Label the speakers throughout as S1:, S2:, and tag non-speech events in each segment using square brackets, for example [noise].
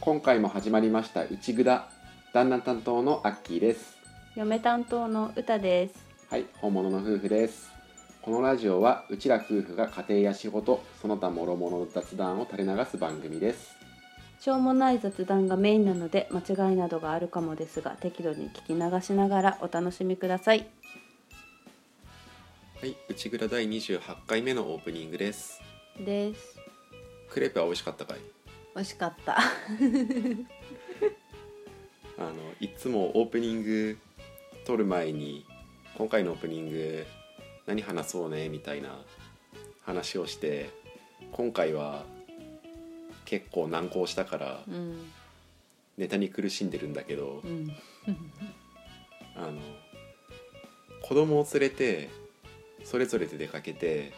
S1: 今回も始まりました「うちぐだ」旦那担当のアッキーです
S2: 嫁担当の歌です
S1: はい本物の夫婦ですこのラジオはうちら夫婦が家庭や仕事その他諸々の雑談を垂れ流す番組です
S2: しょうもない雑談がメインなので間違いなどがあるかもですが適度に聞き流しながらお楽しみください
S1: はいうちぐら第28回目のオープニングです
S2: です
S1: クレープは美味しかったかい
S2: 美味しかった
S1: あのいつもオープニング撮る前に今回のオープニング何話そうねみたいな話をして今回は結構難航したから
S2: うん
S1: ネタに苦しんでるんだけど
S2: うん
S1: あの子供を連れてそれぞれで出かけて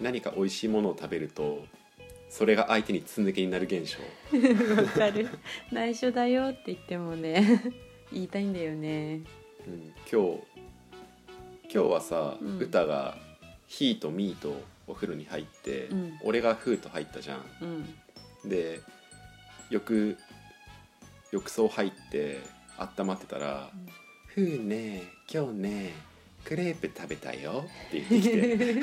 S1: 何か美味しいものを食べるとそれが相手につん抜けになる現象
S2: わかる内緒だよって言ってもね言いたいんだよね
S1: うん今日今日はさ、
S2: うん
S1: 歌が「ヒーとミーとお風呂に入って、
S2: うん
S1: 俺が「フー」と入ったじゃん。
S2: うん
S1: で浴浴槽入って温まってたら
S2: うん
S1: 「ふうね今日ねクレープ食べたよ」って言って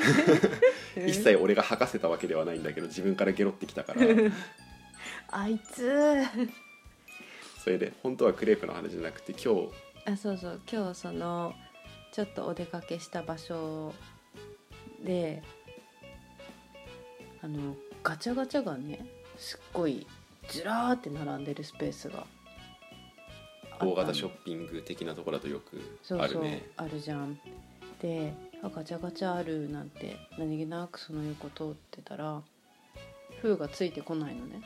S2: [laughs]
S1: きて一切俺が吐かせたわけではないんだけど自分からゲロって
S2: [laughs]
S1: きたから
S2: あいつ
S1: それで本当はクレープの話じゃなくて今日
S2: あそうそう今日そのちょっとお出かけした場所であのガチャガチャがねすっごいずらーって並んでるスペースがあったの
S1: 大型ショッピング的なところだとよく
S2: そうそう
S1: あるね。
S2: あるじゃんであガチャガチャあるなんて何気なくその横通ってたら風がついてこないのね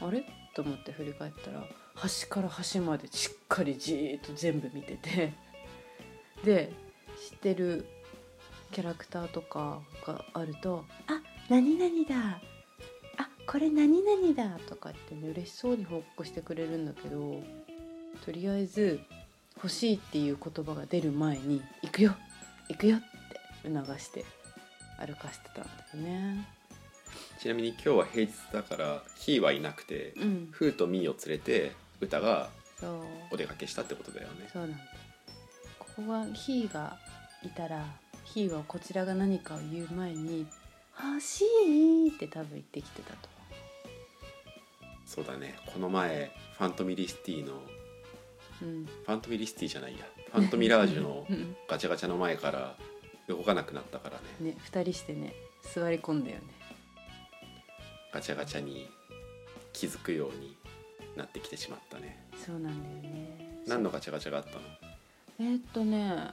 S2: あれと思って振り返ったら端から端までしっかりじーっと全部見ててで知ってるキャラクターとかがあると「あ何々だあこれ何々だ」とかってね嬉しそうに報告してくれるんだけどとりあえず欲しいっていう言葉が出る前に「行くよ行くよ」って促して歩かしてたんだよね。
S1: ちなみに今日は平日だからヒーはいなくて
S2: うん、
S1: フーとミーを連れて歌が
S2: そう
S1: お出かけしたってことだよね。
S2: そうなんだここがひーがいたらひーはこちらが何かを言う前に「欲しい!」って多分言ってきてたと
S1: そうだねこの前ファントミリシティの
S2: 思う。うん
S1: ファントミリシティじゃないやファントミラージュ
S2: [laughs]
S1: の
S2: うん
S1: ガチャガチャの前から動かなくなったからね
S2: ね2人してね座り込んだよね。
S1: ガチャガチャに気づくようになってきてしまったね
S2: そうなんだよね
S1: 何のガチャガチャがあったの
S2: えーっとね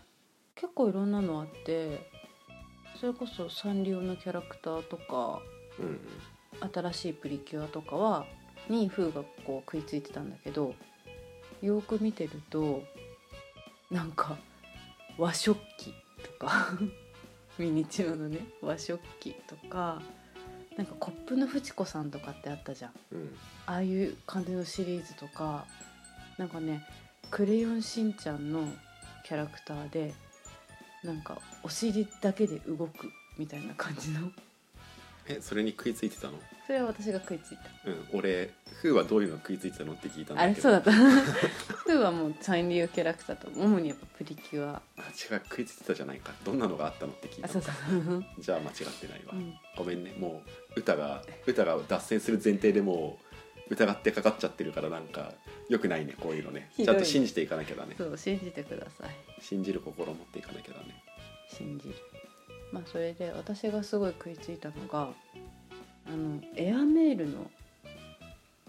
S2: 結構いろんなのあってそれこそサンリオのキャラクターとか
S1: うんうん
S2: 新しいプリキュアとかはにフーがこう食いついてたんだけどよく見てるとなんか和食器とか [laughs] ミニチュアのね和食器とかなんかコップのフチ子さんとかってあったじゃん
S1: うん
S2: ああいう感じのシリーズとかなんかね「クレヨンしんちゃん」のキャラクターでなんかお尻だけで動くみたいな感じの
S1: えそれに食いついてたの
S2: それは私が食いついた
S1: うん俺フーはどういうの食いついてたのって聞いたんだ
S2: あ
S1: けど
S2: れそうだったフーはもうサンリオキャラクターと主にやっぱプリキュア
S1: あ違う食いついてたじゃないかどんなのがあったのって聞い
S2: あそ
S1: た
S2: う
S1: の
S2: そうそう
S1: じゃあ間違ってないわ、
S2: うん
S1: ごめんねもう歌が歌が脱線する前提でもう疑ってかかっちゃってるからなんかよくないねこういうのね
S2: ひ
S1: ち
S2: ど
S1: ゃ
S2: い
S1: んと信じていかなきゃだね
S2: そう信じてください
S1: 信じる心を持っていかなきゃだね
S2: 信じるまあそれで私がすごい食いついたのがあのエアメールの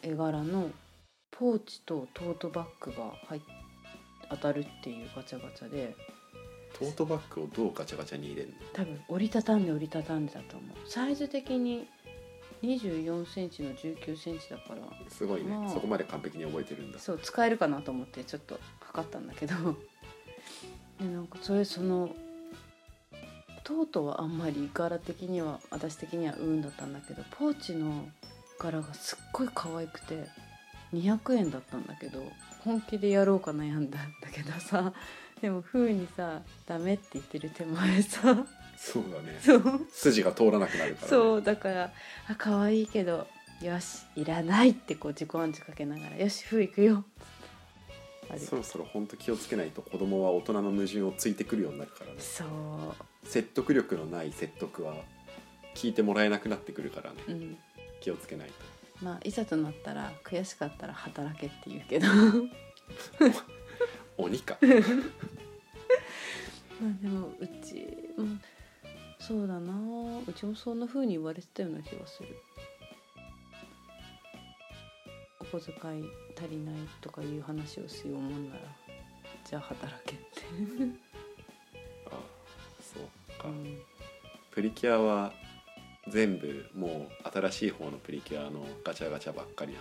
S2: 絵柄のポーチとトートバッグが入っ当たるっていうガチャガチャで
S1: トートバッグをどうガチャガチャに入れるの
S2: 多分折りたたんで折りたたんでだと思うサイズ的に2 4ンチの1 9ンチだから
S1: すごいね、
S2: まあ
S1: そこまで完璧に覚えてるんだ
S2: そう使えるかなと思ってちょっと測ったんだけど [laughs] でなんかそれそのトートはあんまり柄的には私的にはうんだったんだけどポーチの柄がすっごい可愛くて200円だったんだけど本気でやろうか悩んだんだけどさ [laughs] でも風にさダメって言ってる手前さ [laughs]
S1: そうだね
S2: そう
S1: 筋が通らなくなるからね、
S2: そうだからあ可愛いけどよしいらないってこう自己暗示かけながらよし風行くよつって
S1: そ
S2: あれ
S1: ろそろ本当気をつけないと子供は大人の矛盾をついてくるようになるからね
S2: そ
S1: 説得力のない説得は聞いてもらえなくなってくるからね
S2: ううん
S1: 気をつけないと
S2: まあいざとなったら悔しかったら働けって言うけど [laughs] ま
S1: 鬼
S2: [laughs]
S1: か
S2: あでもうちうんそうだなうちもそんな風に言われてたような気がするお小遣い足りないとかいう話をしようもんならじゃあ働けって、
S1: ああそうか、
S2: うん
S1: プリキュアは全部もう新しい方のプリキュアのガチャガチャばっかりな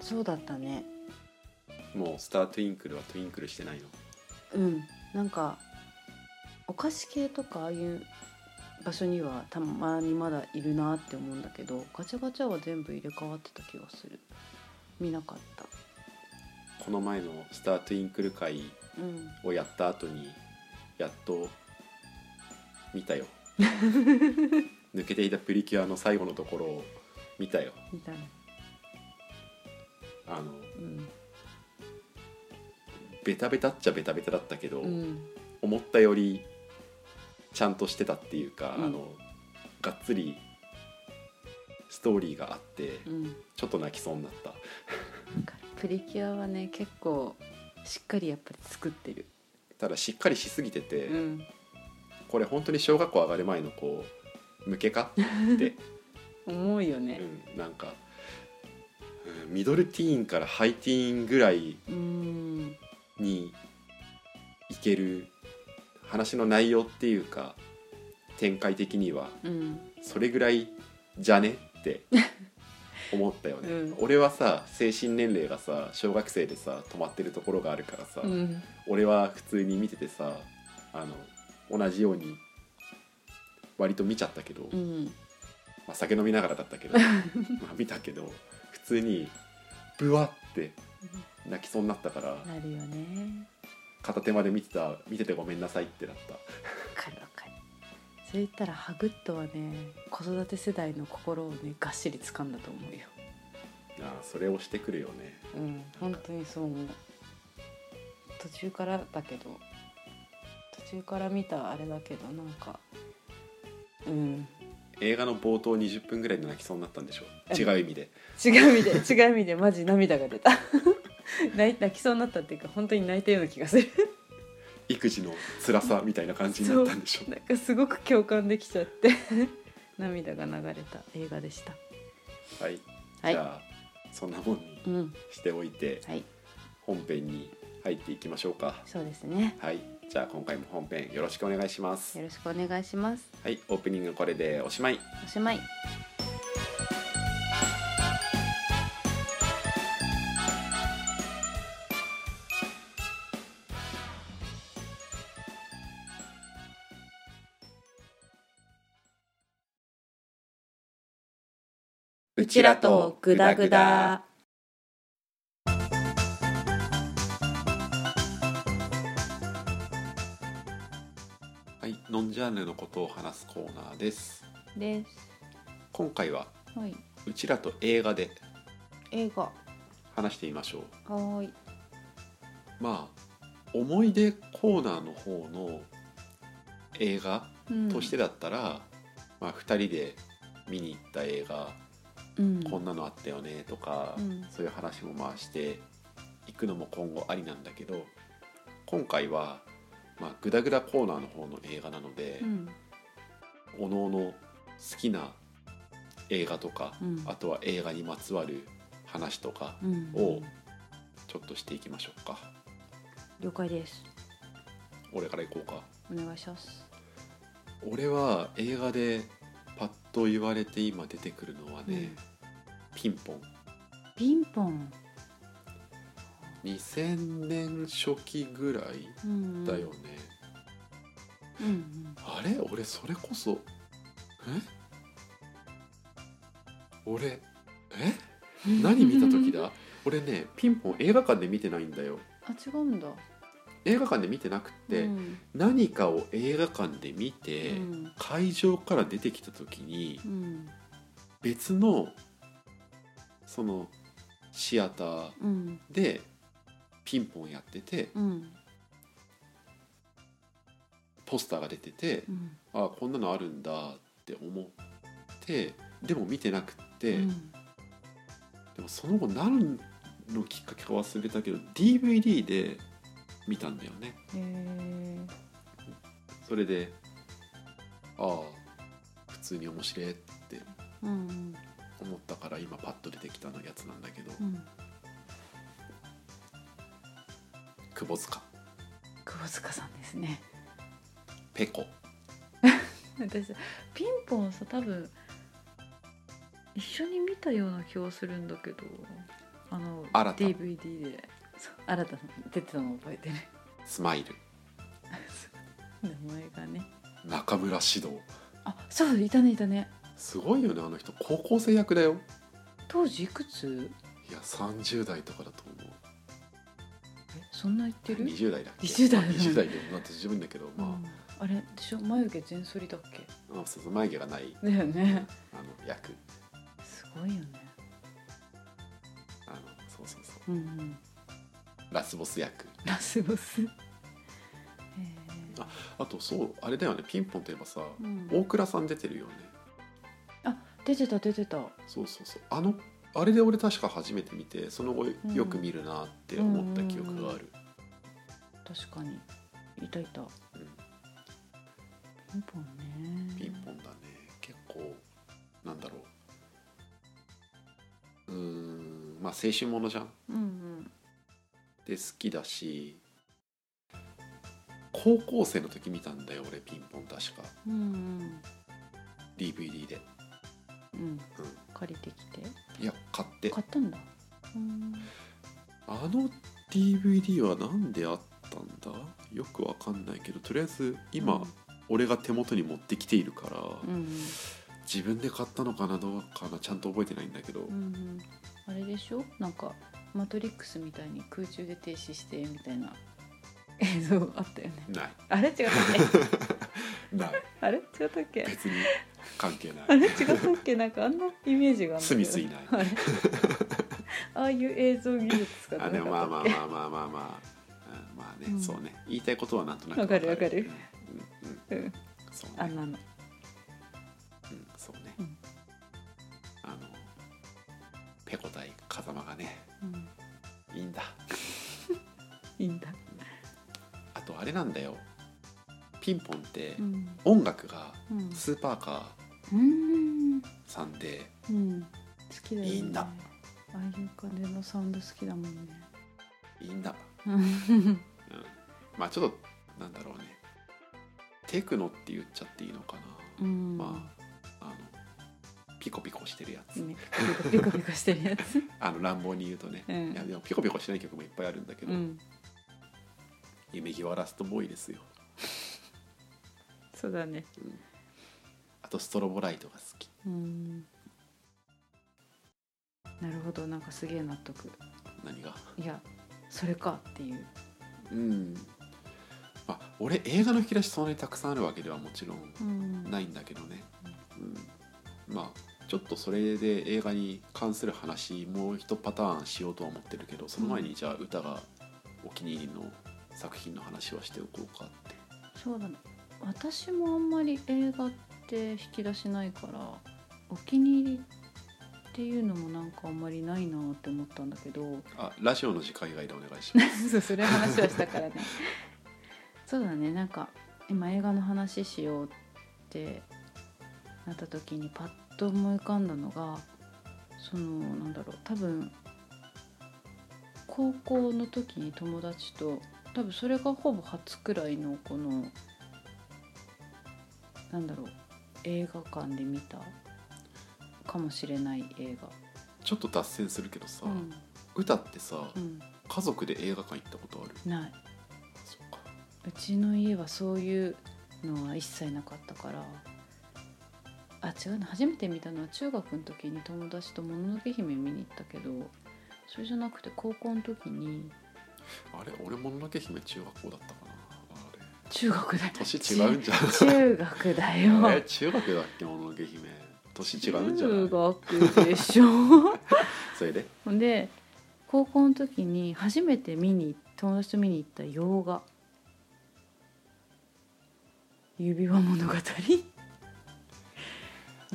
S2: そうだったね
S1: のもうスタートゥインクルはトゥインクルしてないの
S2: うんなんかお菓子系とかああいう場所にはたまにまだいるなって思うんだけどガチャガチャは全部入れ替わってた気がする見なかった
S1: この前のスタートゥインクル会
S2: うん
S1: をやった後にやっと見た
S2: [laughs]
S1: よ抜けていたプリキュアの最後のところを見たよ
S2: みたいな
S1: あの
S2: うん
S1: ベタベタっちゃベタベタだったけど、
S2: うん
S1: 思ったよりちゃんとしてたっていうか、
S2: うん
S1: あのがっつりストーリーがあって
S2: うん
S1: ちょっと泣きそうになった
S2: プリキュアはね結構しっかりやっぱり作ってる
S1: ただしっかりしすぎてて、
S2: うん
S1: これ本当に小学校上がる前の子向けか
S2: [laughs]
S1: って、
S2: 思うよ
S1: う
S2: ね
S1: ん、なんか、うんミドルティーンからハイティーンぐらい
S2: うん
S1: にいける話の内容っていうか展開的には
S2: うん
S1: それぐらいじゃねって
S2: [laughs]
S1: 思ったよね、
S2: うん
S1: 俺はさ精神年齢がさ小学生でさ止まってるところがあるからさ、
S2: うん
S1: 俺は普通に見ててさあの同じように割と見ちゃったけど、
S2: うん
S1: まあ、酒飲みながらだった
S2: [laughs]
S1: けどまあ見たけど普通にブワって泣きそうになったから
S2: なるよね
S1: 片手まで見てた見ててごめんなさいってなった
S2: わかるわかるそれ言ったらハグッドはね子育て世代の心をねがっしり掴んだと思うよ
S1: ああそれをしてくるよね
S2: うん本当にそう思う途中からだけど途中から見たあれだけどなんかうん
S1: 映画の冒頭20分ぐらいで泣きそうになったんでしょ
S2: うん
S1: 違う意味で
S2: 違う意 [laughs] 味で違う意味でマジ涙が出た [laughs] 泣い泣きそうになったっていうか本当に泣いたような気がする [laughs]
S1: 育児の辛さみたいな感じになったんでしょ
S2: なんかすごく共感できちゃって [laughs] 涙が流れた映画でした
S1: はい、
S2: はい
S1: じゃあそんなもんに
S2: うん
S1: しておいて
S2: はい
S1: 本編に入っていきましょうか
S2: そうですね
S1: はいじゃあ今回も本編よろしくお願いします
S2: よろしくお願いします
S1: はいオープニングこれでおしまい
S2: おしまい
S1: うはいノンジャンルのことを話すコーナーです
S2: です
S1: 今回は
S2: はい
S1: 「うちらと映画」で
S2: 映画は
S1: 話してみましょう
S2: ーい
S1: まあ思い出コーナーの方の映画
S2: うん
S1: としてだったら、まあ、2人で見に行った映画、
S2: うん
S1: こんなのあったよねとか、
S2: うん
S1: そういう話も回していくのも今後ありなんだけど今回は、まあ、グダグダコーナーの方の映画なので、
S2: うん
S1: おのおの好きな映画とか、
S2: うん
S1: あとは映画にまつわる話とか
S2: うん
S1: をちょっとしていきましょうか。
S2: 了解です
S1: 俺から行こうか
S2: お願いします
S1: 俺は映画でパッと言われて今出てくるのはね、ピンポン
S2: ピンポン、
S1: 2000年初期ぐらい
S2: うんうん、
S1: だよね、
S2: うんうん
S1: あれ俺それこそえ俺え何見た時だ俺ねピンポン映画館で見てないんだよ
S2: [laughs] あ違うんだ
S1: 映画館で見てなくって、
S2: うん
S1: 何かを映画館で見て、
S2: うん
S1: 会場から出てきた時に
S2: うん
S1: 別のそのシアター
S2: うん
S1: でピンポンやってて
S2: うん
S1: ポスターが出てて
S2: うん
S1: あこんなのあるんだって思ってでも見てなくって、
S2: うん
S1: でもその後何のきっかけか忘れたけど DVD で見たんだよね
S2: へえ
S1: それでああ普通に面白いって
S2: うん
S1: 思ったから今パッと出てきたのやつなんだけど
S2: うん
S1: 窪塚
S2: 久保塚さんですね
S1: ペコ
S2: 私ピンポンさ多分一緒に見たような気がするんだけどあの
S1: 新た
S2: DVD でそう新たさん出てたの覚えてる [laughs]
S1: スマイル
S2: 名前がね
S1: 中村獅童
S2: あそういたねいたね
S1: すごいよねあの人高校生役だよ
S2: 当時いくつ
S1: いや30代とかだと思う
S2: えそんな言ってる、
S1: 20代だっけ
S2: 20代
S1: まあ20代でもなって自分だけど、
S2: うん
S1: ま
S2: あれでしょ眉毛全剃りだっけ
S1: ああそうそう眉毛がない
S2: だよ
S1: あ
S2: ね
S1: の役
S2: すごいよね
S1: あのそうそうそう
S2: うんうん
S1: ラスボス役
S2: ラスボ [laughs] スへえ
S1: あとそうあれだよねピンポンといえばさ
S2: うん
S1: 大倉さん出てるよね
S2: 出てた出てた
S1: そうそうそうあのあれで俺確か初めて見てその後よく見るなって思った記憶がある、
S2: 確かにいたいた、ピンポンね
S1: ピンポンだね結構なんだろううーんまあ青春ものじゃん
S2: うん
S1: で好きだし高校生の時見たんだよ俺ピンポン確か
S2: うんうん
S1: DVD で
S2: うんうん借りてきて
S1: いや買って
S2: 買ったんだうん
S1: あの DVD は何であったんだよくわかんないけどとりあえず今、俺が手元に持ってきているから、
S2: うん
S1: 自分で買ったのかなどうかなちゃんと覚えてないんだけど、
S2: うん、うんうん、あれでしょなんかマトリックスみたいに空中で停止してみたいな映像あったよね
S1: ない
S2: あれ違ったっ
S1: [laughs] ない
S2: けあれ違ったっけ [laughs]
S1: 別に関係な
S2: あ [laughs]
S1: い
S2: れ違ったっけなんかあんなイメージがあんだけ
S1: ス
S2: ど
S1: ミスいない
S2: あれああいう映像技術使って
S1: あ
S2: なか
S1: で
S2: ったっ
S1: も
S2: け
S1: まあまあまあまあまあまあ、うんまあね、
S2: うん
S1: そうね言いたいことはなんとなく
S2: わかるわかる
S1: うんうん
S2: うん
S1: そうね
S2: あんなの
S1: うん、そうね、
S2: うん
S1: あのペコ対風間がね
S2: うん
S1: いいんだ
S2: いいんだ
S1: あとあれなんだよピンポンって
S2: うん
S1: 音楽が
S2: うん
S1: スーパーカ
S2: うん
S1: ーさんで
S2: うん好きだよね
S1: いいんだ
S2: ああいう感じのサウンド好きだもんね
S1: いいんだ、
S2: うん
S1: うん、まあちょっとなんだろうねテクノって言っちゃっていいのかな、
S2: うん
S1: まああのピコピコしてるやつ、
S2: ねビコビコビコしてるやつ
S1: [laughs] あの乱暴に言うとね、
S2: うん
S1: いやでもピコピコしてない曲もいっぱいあるんだけど、
S2: うん
S1: 夢際ラストボーイですよ
S2: そうだね
S1: あとストロボライトが好き
S2: うんなるほどなんかすげえ納得
S1: 何が
S2: いやそれかっていう
S1: うんまあ俺映画の引き出しそんなにたくさんあるわけではもちろん
S2: うん
S1: ないんだけどね、うん、まあちょっとそれで映画に関する話もう一パターンしようとは思ってるけどその前にじゃあ歌がお気に入りの作品の話はしておこうかって
S2: そうだね私もあんまり映画って引き出しないからお気に入りっていうのもなんかあんまりないなって思ったんだけど
S1: あラジオの時間以外でお願い
S2: [laughs]
S1: します
S2: そうそれ話はした [laughs] からねそうだねなんか今映画の話しようってなった時にパッと思い浮かんだのがそのなんだろう多分高校の時に友達と多分それがほぼ初くらいのこのなんだろう映画館で見たかもしれない映画
S1: ちょっと脱線するけどさ、
S2: うん、
S1: 歌ってさ、
S2: うん、
S1: 家族で映画館行ったことある
S2: ない
S1: そっか
S2: うちの家はそういうのは一切なかったからあ違うな初めて見たのは中学の時に友達と「もののけ姫」見に行ったけどそれじゃなくて高校の時に
S1: あれ俺もののけ姫中学校だったかなあれ
S2: 中学だよ
S1: 年違うんじゃ
S2: ち中学だよ [laughs]
S1: ないえ中学だっけもののけ姫年違うんじゃな
S2: 中
S1: い
S2: 学でしょ
S1: それで
S2: ほんで高校の時に初めて見に友達と見に行った洋画「指輪物語」「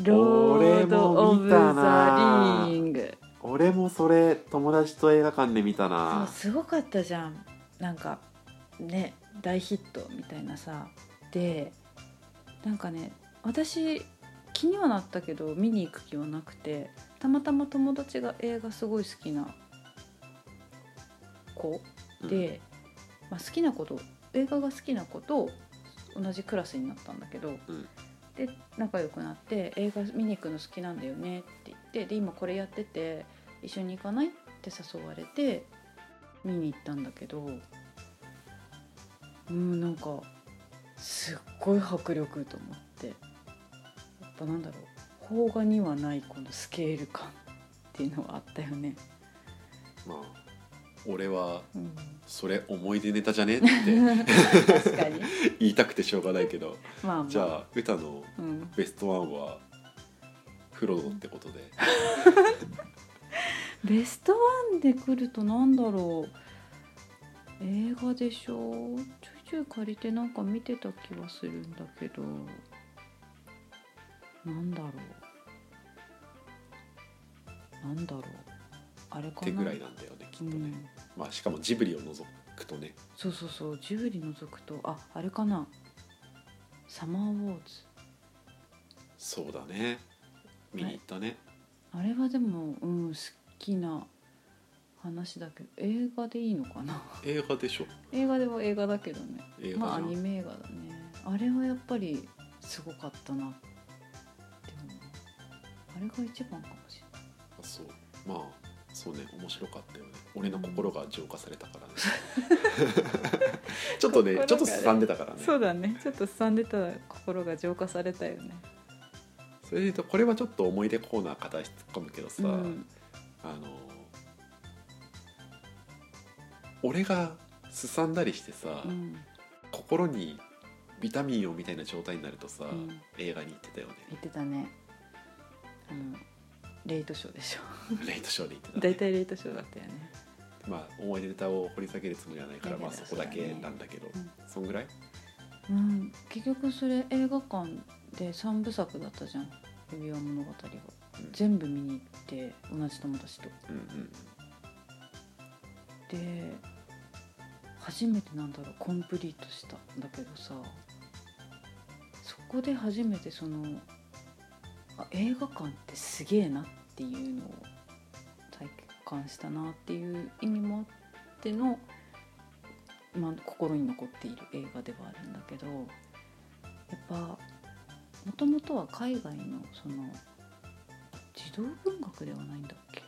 S2: ロード・オブ・ザ・リング
S1: 俺もそれ友達と映画館で見た」
S2: そう
S1: な
S2: すごかったじゃんなんかね大ヒットみたいなさでなんかね私気にはなったけど見に行く気はなくてたまたま友達が映画すごい好きな子で、まあ、好きな子と映画が好きな子と同じクラスになったんだけど、
S1: うん
S2: で仲良くなって「映画見に行くの好きなんだよね」って言ってで今これやってて一緒に行かないって誘われて見に行ったんだけどうんなんかすっごい迫力と思ってやっぱなんだろう邦画にはないこのスケール感っていうのはあったよね。
S1: まあ俺は
S2: うん、
S1: それ思い出ネタじゃ
S2: [laughs]
S1: ねって
S2: 確か
S1: [laughs]
S2: に
S1: 言いたくてしょうがないけど
S2: まあ、まあ、
S1: じゃあ歌の
S2: うん、
S1: ベストワンはフロドってことで
S2: ベストワンで来るとなんだろう映画でしょちょいちょい借りてなんか見てた気はするんだけどなんだろうなんだろうあれかな
S1: ってぐらいなんだよねきっと
S2: う
S1: ね、
S2: ん
S1: まあしかもジブリを除くとね
S2: そうそうそうジブリ覗くとああれかなサマーウォーズ
S1: そうだね見に行ったね、
S2: あれはでもうん好きな話だけど映画でいいのかな [laughs]
S1: 映画でしょ
S2: 映画では映画だけどね
S1: 映画じゃん、
S2: まあアニメ映画だねあれはやっぱりすごかったなって思うあれが一番かもしれ
S1: あそうまあそうね面白かったよね俺の心が浄化されたからねちょっとね
S2: 心がね
S1: [laughs] ちょっとすさんでたから
S2: な
S1: ね
S2: い
S1: そ
S2: そうだねちょっとすさんでた心が浄化されたよね
S1: れで言うとこれはちょっと思い出コーナー形突っ込むけどさ、
S2: うん
S1: あの俺がすさんだりしてさ、
S2: うん
S1: 心にビタミンをみたいな状態になるとさ、
S2: うん
S1: 映画に行っ
S2: [laughs]
S1: てたよね
S2: 言ってたねあのレイトショーでしょ
S1: レイトショーで行ってた、
S2: [laughs] 大
S1: ね、
S2: 体レイトショーだったよね
S1: まあ思い出ネタを掘り下げるつもりはないから
S2: いや
S1: まあ
S2: いや
S1: そこだけなんだけど
S2: そうだね
S1: そんぐらい
S2: うん結局それ映画館で3部作だったじゃん「指輪物語」が
S1: うん
S2: 全部見に行って同じ友達と
S1: うんうん
S2: で初めてなんだろうコンプリートしたんだけどさそこで初めてそのあ映画館ってすげえなっていうのを体感したなっていう意味もあっての、まあ、心に残っている映画ではあるんだけどやっぱもともとは海外のその児童文学ではないんだっけ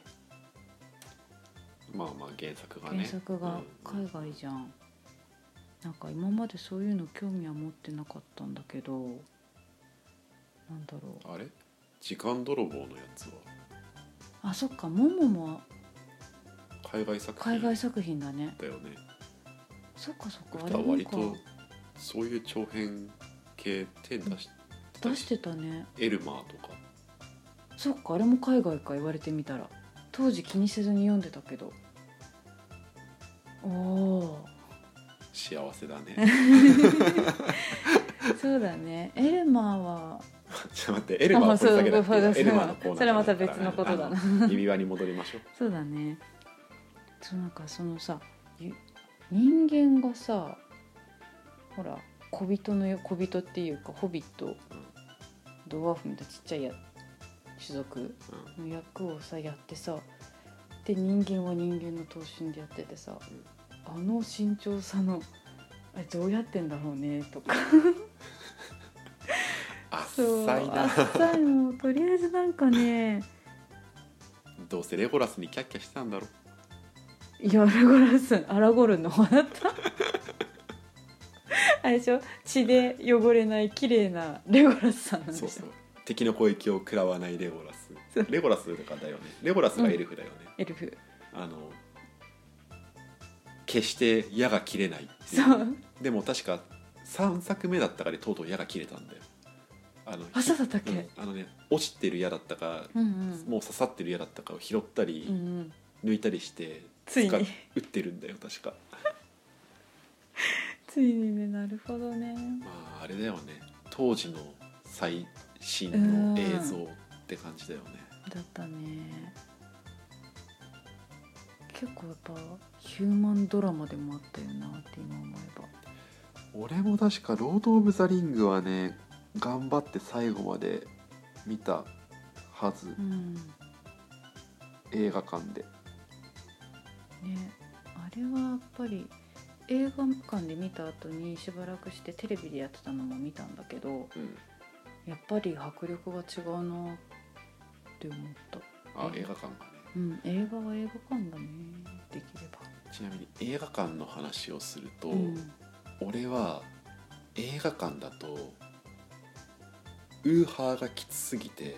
S1: まあまあ原作がね
S2: 原作が海外じゃん、なんか今までそういうの興味は持ってなかったんだけどなんだろう
S1: うんあれ時間泥棒のやつは
S2: あそっかももも
S1: 海外作
S2: 海
S1: 品だ
S2: 外作品だね
S1: よね
S2: そっかそっかあ
S1: 歌
S2: れ
S1: は
S2: なん
S1: 割
S2: か
S1: とそういう長編系手出して
S2: 出
S1: たり
S2: してたね
S1: エルマーとか
S2: そっかあれも海外か言われてみたら当時気にせずに読んでたけ
S1: [laughs]
S2: どおお
S1: 幸せだ
S2: [laughs]
S1: ね
S2: ーそうだねエルマーは
S1: ちょっと待ってエルマーは掘り下げなくていい
S2: あ
S1: よ
S2: そう
S1: エルマーのコーナー
S2: それはまた別のことだな [laughs]
S1: あの指輪に戻りましょう
S2: そうだねそうなんかそのさゆ人間がさほら小人のよ小人っていうかホビット、ドワーフみたいなちっちゃいや種族の役をさやってさで人間は人間の等身でやっててさ、あの身長差のあれどうやってんだろうねとか
S1: あ
S2: [laughs] そう
S1: [laughs] 浅いな
S2: 浅いのとりあえずなんかね
S1: どうせレゴラスにキャッキャしてたんだろ
S2: いやアラゴラスアラゴルンの方だった [laughs] あれでしょ血で汚れない綺麗なレゴラスさんなんでし
S1: そ
S2: ょ
S1: うそう敵の攻撃を食らわないレゴラス
S2: そう
S1: レゴラスとかだよねレゴラスがエルフだよね、
S2: エルフ
S1: あの決して矢が切れないっていう
S2: そう
S1: でも確か3作目だったかでとうとう矢が切れたんだよあの
S2: あそうだったっけ、
S1: うんあのね落ちてる矢だったか、
S2: うんうん
S1: もう刺さってる矢だったかを拾ったり、
S2: うんうん
S1: 抜いたりして
S2: ついに
S1: 使っ打ってるんだよ確か
S2: ついにねなるほどね
S1: まああれだよね当時の最新の映像って感じだよね
S2: だったね結構やっぱヒューマンドラマでもあったよなって今思えば
S1: 俺も確か「ロード・オブ・ザ・リング」はね頑張って最後まで見たはず
S2: うん
S1: 映画館で
S2: ねあれはやっぱり映画館で見た後にしばらくしてテレビでやってたのも見たんだけど
S1: うん
S2: やっぱり迫力が違うなって思った、
S1: あ
S2: うん
S1: 映画館がね
S2: うん、映画は映画館だねできれば
S1: ちなみに映画館の話をすると、
S2: うん
S1: 俺は映画館だとウーハーがきつすぎて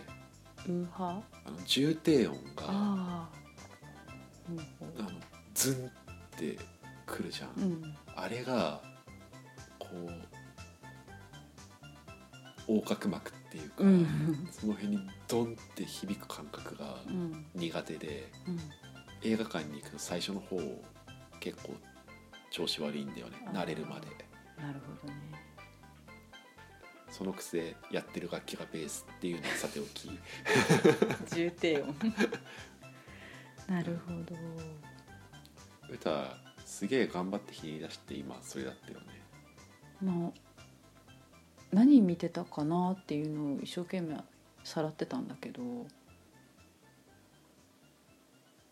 S2: ウーハー
S1: あの重低音があ
S2: ああうん
S1: のズンってくるじゃん、
S2: うん
S1: あれがこう横隔膜っていうか、
S2: うん
S1: その辺にドンって響く感覚が
S2: うん
S1: 苦手で
S2: うん
S1: 映画館に行く最初の方結構調子悪いんだよね
S2: あー
S1: 慣れるまで
S2: なるほどね
S1: そのくせやってる楽器がベースっていうのはさておき
S2: 重低音 [laughs] なるほど
S1: 歌すげえ頑張ってひねり出して今それだったよね
S2: まあ何見てたかなっていうのを一生懸命さらってたんだけど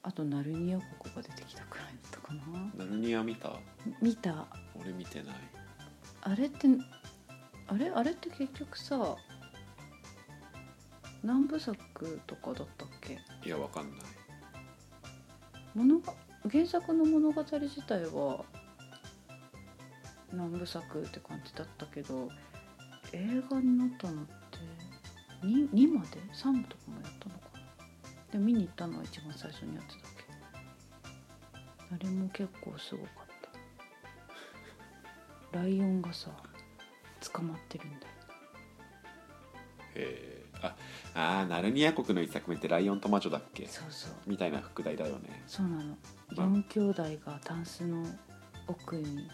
S2: あと「ナルニア国」が出てきたくらいだったかな
S1: ナルニア見た
S2: 見た
S1: 俺見てない
S2: あれってあれあれって結局さ何部作とかだったっけ
S1: いやわかんない
S2: 物が原作の物語自体は何部作って感じだったけど映画になったのって 2, 2まで3部とかもやったのかなで見に行ったのは一番最初にやってたっけあれも結構すごか [laughs] ったライオンがさ捕まってるんだよ
S1: へえああーナルニア国の一作目って「ライオンと魔女」だっけ
S2: そうそう
S1: みたいな副題だよね
S2: そうなの4兄弟がタンスの奥に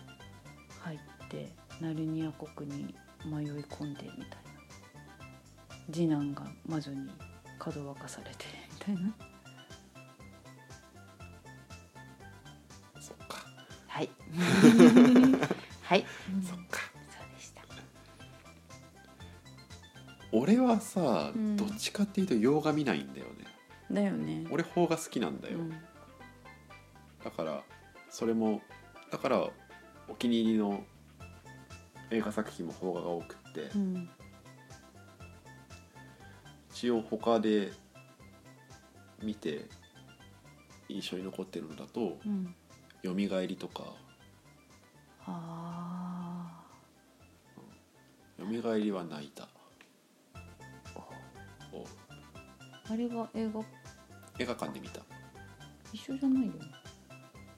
S2: 入ってナルニア国に迷い込んでみたいな次男が魔女にかどわかされてみたいな
S1: そっか
S2: はい [laughs] はい、うん
S1: そ
S2: そう
S1: っか
S2: でした
S1: 俺はさ、
S2: うん
S1: どっちかっていうと洋画見ないんだよね
S2: だよね
S1: 俺邦画好きなんだよ、
S2: うん
S1: だからそれもだからお気に入りの映画作品も邦画が多くって、
S2: うん
S1: 一応他で見て印象に残ってるのだと
S2: うん
S1: 「よみがえり」とか
S2: あ
S1: 「よみがえりは泣いた
S2: ー
S1: を」
S2: あれは映画
S1: 映画館で見た
S2: 一緒じゃ
S1: [laughs]
S2: ないよね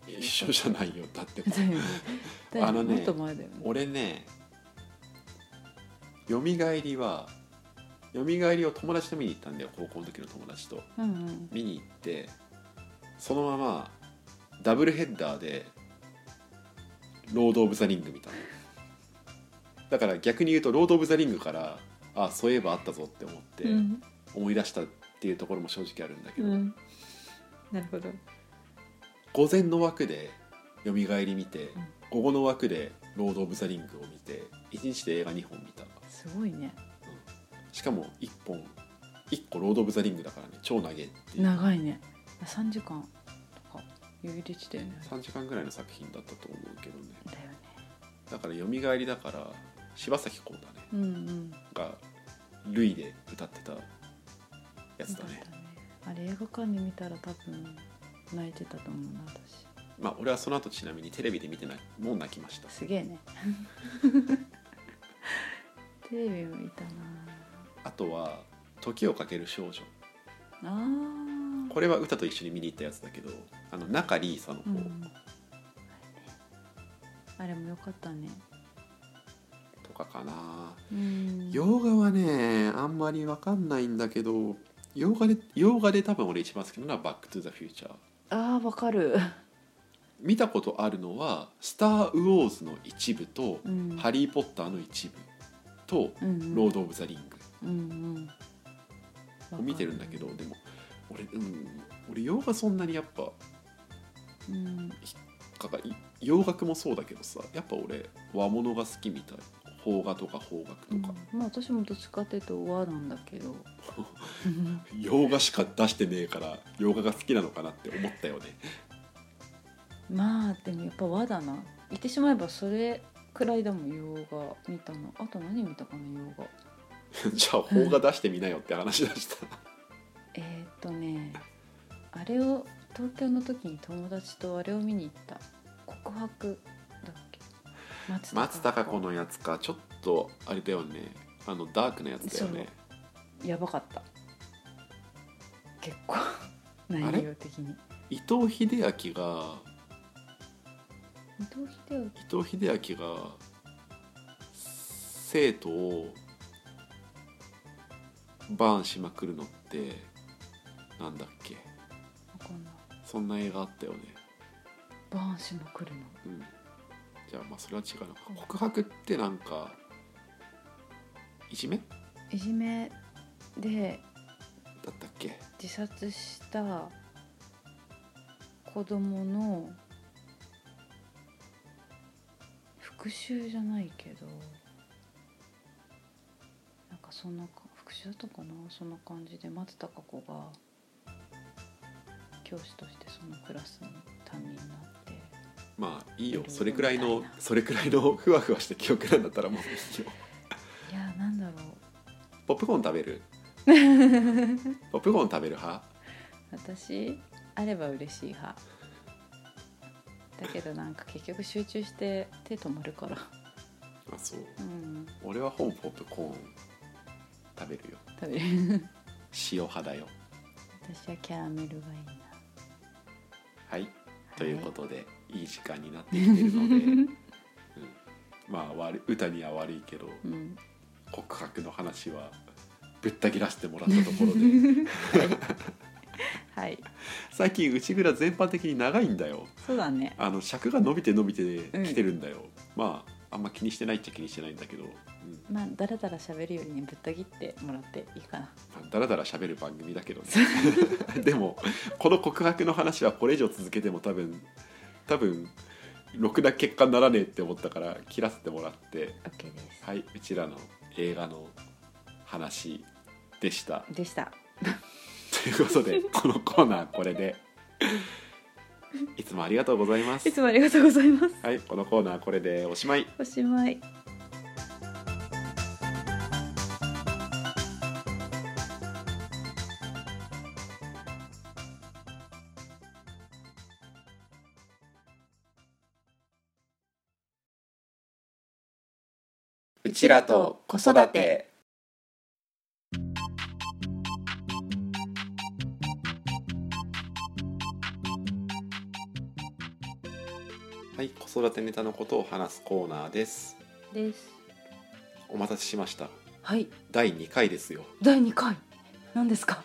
S1: 一緒じゃないよだって
S2: だよねだよ
S1: あのね
S2: もっと前だよね
S1: 俺ね「よみがえりは」よみがえりを友達と見に行ったんだよ高校の時の友達と
S2: うんうん
S1: 見に行ってそのままダブルヘッダーで「ロード・オブ・ザ・リング」見たのだから逆に言うと「ロード・オブ・ザ・リング」からあそういえばあったぞって思って
S2: うん
S1: 思い出したっていうところも正直あるんだけ
S2: う
S1: ど、
S2: んなるほど
S1: 午前の枠で「よみがえり」見て、
S2: ん
S1: 午後の枠で「ロード・オブ・ザ・リング」を見て1日で映画2本見た
S2: すごいね
S1: しかも1本1個「ロード・オブ・ザ・リング」だからね超長いっていう
S2: 長いね3時間とか余裕できたよね
S1: 3時間ぐらいの作品だったと思うけどね
S2: だよね
S1: だから「よみがえり」だから柴咲コウだね
S2: うんうん
S1: がルイで歌ってたやつだ
S2: よ
S1: ね
S2: かったねあれ映画館で見たら多分泣いてたと思うな私
S1: まあ俺はその後ちなみにテレビで見てないもう泣きました
S2: すげえね [laughs] テレビもいたな
S1: あとは「時をかける少女
S2: あ」ー
S1: これは歌と一緒に見に行ったやつだけどあの中里依紗の
S2: う
S1: 方、
S2: んあれもよかったね
S1: とかかな
S2: うん
S1: 洋画はねあんまりわかんないんだけど洋画で洋画で多分俺一番好きなのは「バック・トゥ・ザ・フューチャー」
S2: あーわかる、
S1: 見たことあるのは「スター・ウォーズ」の一部と
S2: う
S1: 「
S2: ん、
S1: ハリー・ポッター」の一部と
S2: う
S1: 「
S2: ん
S1: ロード・オブ・ザ・リング
S2: うん」う
S1: を
S2: ん、
S1: 見てるんだけどでも俺うん俺洋画そんなにやっぱ
S2: うん、
S1: かか洋楽もそうだけどさやっぱ俺和物が好きみたい邦画とか邦楽とか、
S2: まあ私もどっちかっていうと和なんだけ
S1: [laughs]
S2: ど
S1: 洋画しか出してねえから洋画が好きなのかなって思ったよね [laughs]
S2: まあでもやっぱ和だな言ってしまえばそれくらいだもん洋画見たのあと何見たかな洋画
S1: じゃあ邦画出してみなよって話だした
S2: えー、っとねあれを東京の時に友達とあれを見に行った告白だっけ松
S1: 松
S2: た
S1: たか
S2: か
S1: 子のやつかちょっとあれだよねあのダークなやつだよね
S2: やばかった結
S1: [laughs]
S2: 構内容的に
S1: 伊藤英明が
S2: 伊藤英明
S1: 伊藤英明が生徒をバーンしまくるのってなんだっけ
S2: わかんない
S1: そんな映画あったよね、
S2: バーンしまくるの
S1: うん、じゃあまあそれは違うな告白ってなんかいじめだ
S2: いじめで
S1: ったっけ
S2: 自殺した子供の復讐じゃないけどなんかそんなか復讐だったかなそんな感じで松たか子が教師としてそのクラスの担任になって
S1: まあいいよ
S2: いろいろ
S1: それくらいの
S2: みたいな
S1: それくらいの [laughs] ふわふわした記憶なんだったらもういい
S2: [laughs]
S1: よ
S2: いやなんだろう
S1: ポップコーン食
S2: [laughs]
S1: べるポップコーン食べる派
S2: 私あれば嬉しい派だけどなんか結局集中して手止まるから
S1: あそう
S2: うん
S1: 俺はほぼポップコーン食べるよ
S2: 食べる
S1: 塩派だよ
S2: 私はキャラメルがいいな
S1: はいということで、い、い時間になってき [laughs] てるので、うん、まあ悪い歌には悪いけど
S2: うん
S1: 告白の話はぶった切らせてもらったところ [laughs] で
S2: はい
S1: 最近内蔵全般的に長いんだよ
S2: そうだね
S1: あの尺が伸びて伸びてきてるんだよ、まああんま気にしてないっちゃ気にしてないんだけど、うん
S2: まあだらだら喋るよりねぶった切ってもらっていいかな
S1: まあ、だらだら喋る番組だけどね [laughs] でもこの告白の話はこれ以上続けても多分多分ろくな結果にならねえって思ったから切らせてもらって。
S2: OK です、
S1: はい、うちらの映画の話でした。 [laughs]
S2: でした
S1: ということ
S2: [laughs]
S1: で、このコーナーこれで。いつもありがとうございます
S2: い。つもありがとうございます
S1: はい、このコーナーこれでおしまい。
S2: おしまい
S1: う
S2: ちらと子育て。
S1: はい、子育てネタのことを話すコーナーです。
S2: です
S1: お待たせしました。
S2: はい
S1: 第2回ですよ。
S2: 第2回何ですか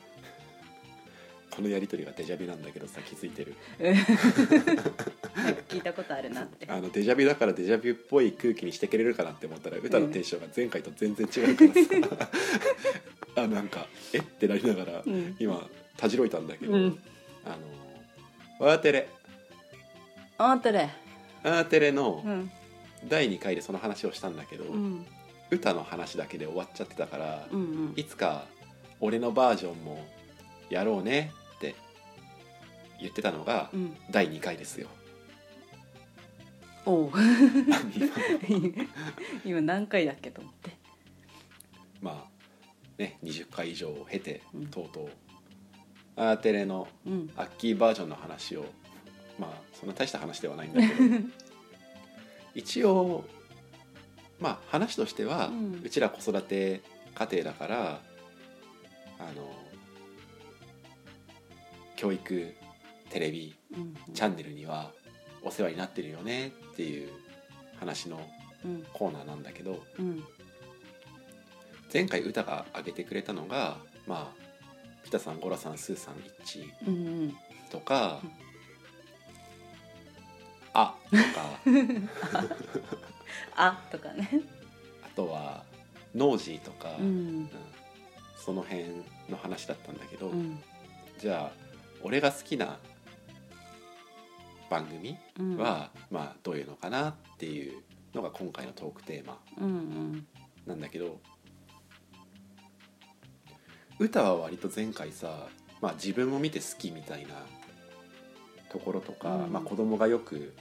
S1: このやりとりがデジャビなんだけどさ、気づいてる。
S2: [laughs] 聞いたことあるなって
S1: あのデジャビだからデジャビっぽい空気にしてくれるかなって思ったら歌のテンションが前回と全然違うからさ、 [laughs] あなんかえってなりながら
S2: うん
S1: 今たじろいたんだけど、
S2: うん
S1: あの「ワーテレ
S2: あんたれ」
S1: 「ワーテレ」
S2: う
S1: の
S2: ん
S1: 第2回でその話をしたんだけど、
S2: うん
S1: 歌の話だけで終わっちゃってたから、
S2: うんうん
S1: いつか俺のバージョンもやろうねって言ってたのが
S2: うん
S1: 第2回ですよ。
S2: [laughs] おう今何回だっけと思って
S1: まあね、20回以上を経て、
S2: うん
S1: とうとうアーテレの
S2: うん
S1: アッキーバージョンの話をまあそんな大した話ではないんだけ
S2: [laughs]
S1: ど一応まあ話としては、
S2: う
S1: うんちら子育て家庭だからあの教育テレビ
S2: うん
S1: チャンネルにはお世話になってるよねっていう話の
S2: うん
S1: コーナーなんだけど
S2: うん
S1: 前回歌が挙げてくれたのがまあピタさんゴラさんスーさんイッチ
S2: うんうん
S1: とか
S2: うん
S1: 「あ」とか
S2: [laughs] あとかね
S1: あとは「ノージー」とか、
S2: う
S1: うん
S2: ん
S1: その辺の話だったんだけど、
S2: うん
S1: じゃあ俺が好きな番組
S2: うん
S1: は、まあどういうのかなっていうのが今回のトークテーマ
S2: うんうん
S1: なんだけど歌は割と前回さ、まあ、自分も見て好きみたいなところとか、
S2: うん
S1: まあ、子供がよく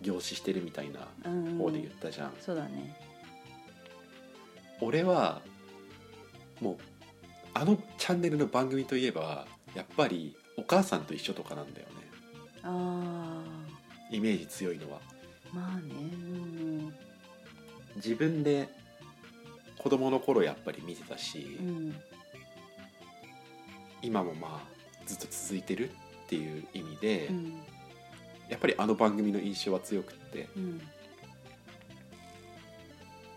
S1: 凝視してるみたいな
S2: うん
S1: 方で言ったじゃん、
S2: そうだね
S1: 俺はもうあのチャンネルの番組といえばやっぱり「お母さんと一緒」とかなんだよね
S2: あ
S1: イメージ強いのは
S2: ーまあねうん
S1: 自分で子供の頃やっぱり見てたし、
S2: うん
S1: 今もまあずっと続いてるっていう意味で、
S2: うん
S1: やっぱりあの番組の印象は強くって
S2: うん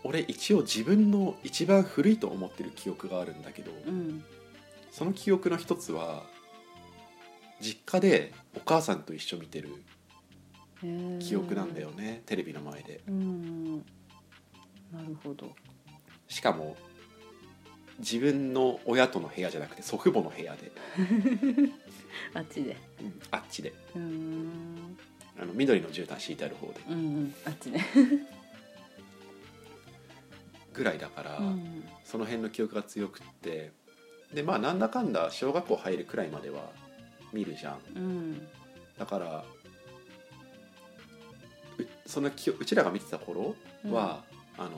S1: 俺一応自分の一番古いと思ってる記憶があるんだけど、
S2: うん
S1: その記憶の一つは実家でお母さんと一緒見てる
S2: へー
S1: 記憶なんだよね、テレビの前で
S2: うんなるほど
S1: しかも自分の親との部屋じゃなくて祖父母の部屋で、
S2: あっちで
S1: うんあっちで
S2: うーん
S1: あの緑の絨毯敷いてある方で
S2: うんうんあっちで
S1: ぐらいだから、
S2: うん
S1: その辺の記憶が強くってでまあなんだかんだ小学校入るくらいまでは見るじゃん
S2: うん
S1: だからうそのきうちらが見てた頃は、あの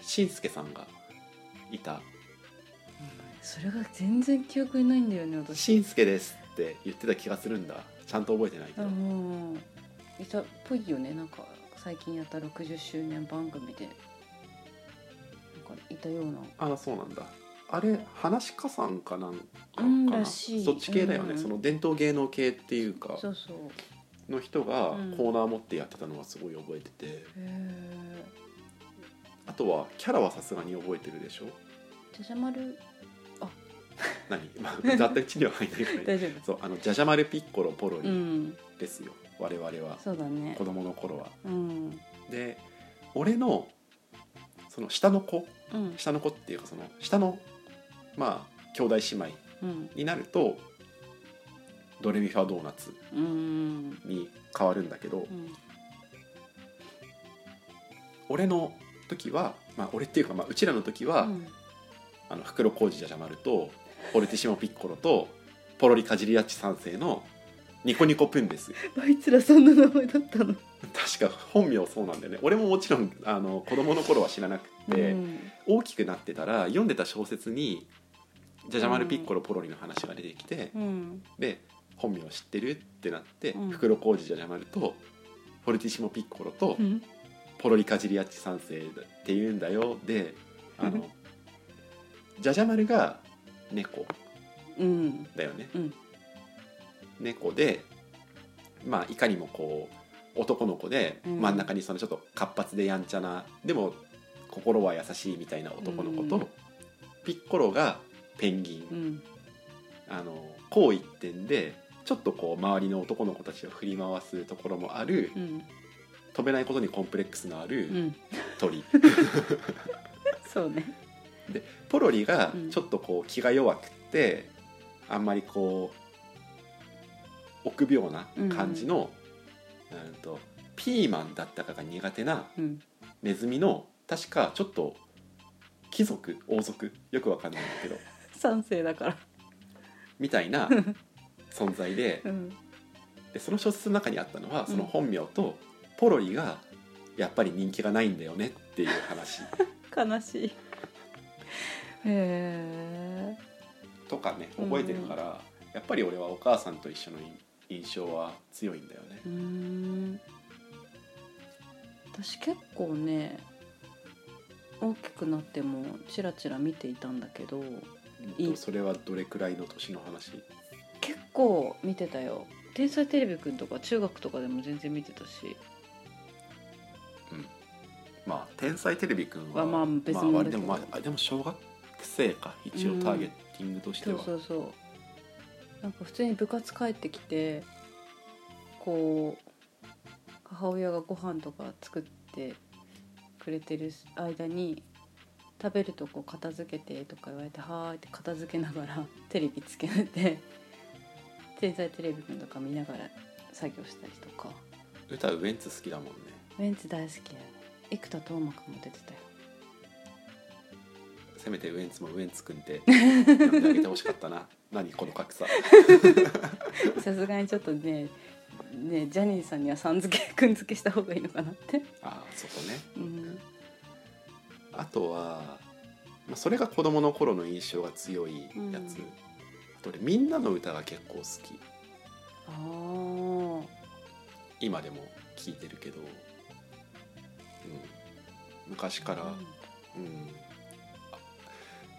S1: しんすけさんがいた
S2: それが全然記憶にないんだよね
S1: 「
S2: 私
S1: しんすけです」って言ってた気がするんだちゃんと覚えてないけ
S2: あ
S1: ど、
S2: もういたっぽいよねなんか最近やった60周年番組でなんかいたような
S1: ああそうなんだあれ話し家さんかなんか
S2: う
S1: か
S2: ん
S1: な
S2: らしい
S1: そっち系だよね、
S2: うん
S1: その伝統芸能系っていうか
S2: そうそう
S1: の人が
S2: うん
S1: コーナー持ってやってたのはすごい覚えてて、
S2: へえ
S1: あとはキャラはさすがに覚えてるでしょ
S2: じゃじゃ丸
S1: 何 [laughs] まあざっとうちには入んないくらい
S2: [laughs] 大丈
S1: そうあのじゃじゃ丸ピッコロポロ
S2: 夫う
S1: リ
S2: ん
S1: ですよ、我々は
S2: そうだね
S1: 子供の頃は
S2: うん
S1: で俺のその下の子
S2: うん
S1: 下の子っていうかその下のまあ兄弟姉妹
S2: うん
S1: になるとドレミファドーナツ
S2: うん
S1: に変わるんだけど、
S2: うん
S1: 俺の時はまあ俺っていうかまあうちらの時は、あの袋小路じゃじゃ丸とポルティシモピッコロとポロリカジリアッチ三世のニコニコプンですよ
S2: あいつらそんな名前だったの
S1: 確か本名そうなんだよね俺ももちろんあの子供の頃は知らなくて、
S2: うん
S1: 大きくなってたら読んでた小説にじゃじゃ丸ピッコロポロリの話が出てきて、
S2: うん
S1: で本名知ってるってなって、
S2: うん
S1: 袋小路じゃじゃ丸とポルティシモピッコロと
S2: うん
S1: ポロリカジリアッチ三世っていうんだよであ
S2: うん
S1: のじゃじゃ丸が猫
S2: うん
S1: だよね、
S2: うん
S1: 猫でまあいかにもこう男の子で、
S2: うん
S1: 真ん中にそのちょっと活発でやんちゃなでも心は優しいみたいな男の子と、
S2: うん
S1: ピッコロがペンギ
S2: う
S1: ン、
S2: ん
S1: あの好一点でちょっとこう周りの男の子たちを振り回すところもある、
S2: うん
S1: 飛べないことにコンプレックスのあ
S2: う
S1: る
S2: ん
S1: 鳥、
S2: そうね
S1: ポロリが
S2: うん
S1: ちょっとこう気が弱くって、あんまりこう臆病な感じの、うんとピーマンだったかが苦手な
S2: うん
S1: ネズミの確かちょっと貴族王族よくわかんないんだけ
S2: [laughs]
S1: ど
S2: 賛成だから
S1: みたいな存在で
S2: うん
S1: でその小説の中にあったのはその
S2: うん
S1: 本名とポロリがやっぱり人気がないんだよねっていう話
S2: 悲しいへえ
S1: とかね覚えてるから、やっぱり俺はお母さんと一緒の印印象は強いんだよね
S2: うーん私結構ね大きくなってもチラチラ見ていたんだけどいい
S1: とそれはどれくらいの年の話
S2: 結構見てたよ「天才テレビくん」とか中学とかでも全然見てたし
S1: まあ「天才テレビくんは」
S2: まあまあ別物
S1: ま
S2: だ
S1: あ、
S2: け
S1: で
S2: ど
S1: もまああでも小学生か一応ターゲッティングとして
S2: そ
S1: は、
S2: うそうそうなんか普通に部活帰ってきてこう母親がご飯とか作ってくれてる間に食べるとこ片付けてとか言われて「はーい」って片付けながらテレビつけて「天才テレビくん」とか見ながら作業したりとか
S1: 歌ウエンツ好きだもんね
S2: ウエンツ大好きだよ生田斗真君も出てたよ
S1: せめてウエンツもウエンツくん
S2: [laughs]
S1: って呼んであげてほしかったな何この格差
S2: さすがにちょっとねねジャニーさんにはさん付けくん付けした方がいいのかなって、
S1: ああそこね
S2: うん、
S1: あとは、まあ、それが子供の頃の印象が強いやつ、
S2: うん
S1: あと俺みんなの歌が結構好き
S2: あー
S1: 今でも聴いてるけど、うん、昔から、うん、あ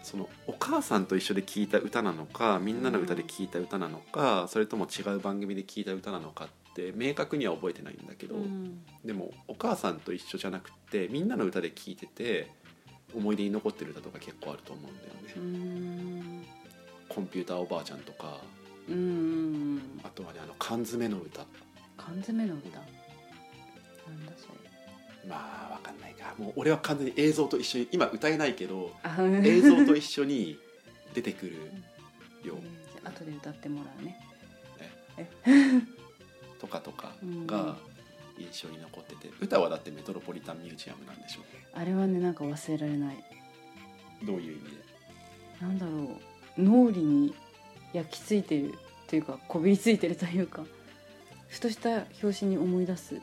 S1: そのお母さんと一緒で聴いた歌なのかみんなの歌で聴いた歌なのか、それとも違う番組で聴いた歌なのかって明確には覚えてないんだけど、
S2: うん
S1: でもお母さんと一緒じゃなくてみんなの歌で聴いてて思い出に残ってる歌とか結構あると思うんだよね。
S2: うん
S1: コンピューターおばあちゃんとか
S2: うんうん
S1: あとはねあの缶詰の歌
S2: 缶詰の歌なんだそれ
S1: まあわかんないかもう俺は完全に映像と一緒に今歌えないけど
S2: あ [laughs]
S1: 映像と一緒に出てくる
S2: じ
S1: よ
S2: ゃあ後で歌ってもらうね
S1: とかとか
S2: うん
S1: が印象に残ってて歌はだってメトロポリタンミュージアムなんでしょ
S2: あれはねなんか忘れられない
S1: どういう意味で
S2: なんだろう脳裏に焼き付いてるというかこびりついてるというかふとした表紙に思い出すっ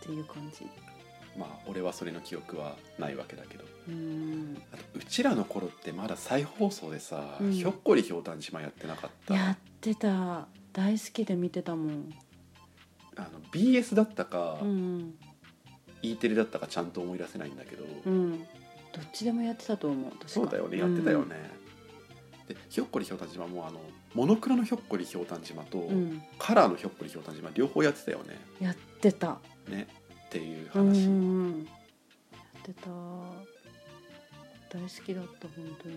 S2: ていう感じ
S1: まあ俺はそれの記憶はないわけだけど
S2: うん
S1: あとうちらの頃ってまだ再放送でさ、
S2: うん
S1: ひょっこりひょうたん島やってなかった
S2: やってた大好きで見てたもん
S1: あの BS だったか、
S2: うん
S1: E テレだったかちゃんと思い出せないんだけど、
S2: うんどっちでもやってたと思う確か
S1: そうだよねやってたよね、でひょっこりひょうたん島もあのモノクロのひょっこりひょうたん島と、
S2: うん、うん
S1: カラーのひょっこりひょうたん島両方やってたよね
S2: やってた
S1: ねっていう
S2: うんう
S1: 話、
S2: んうんやってた大好きだった本当に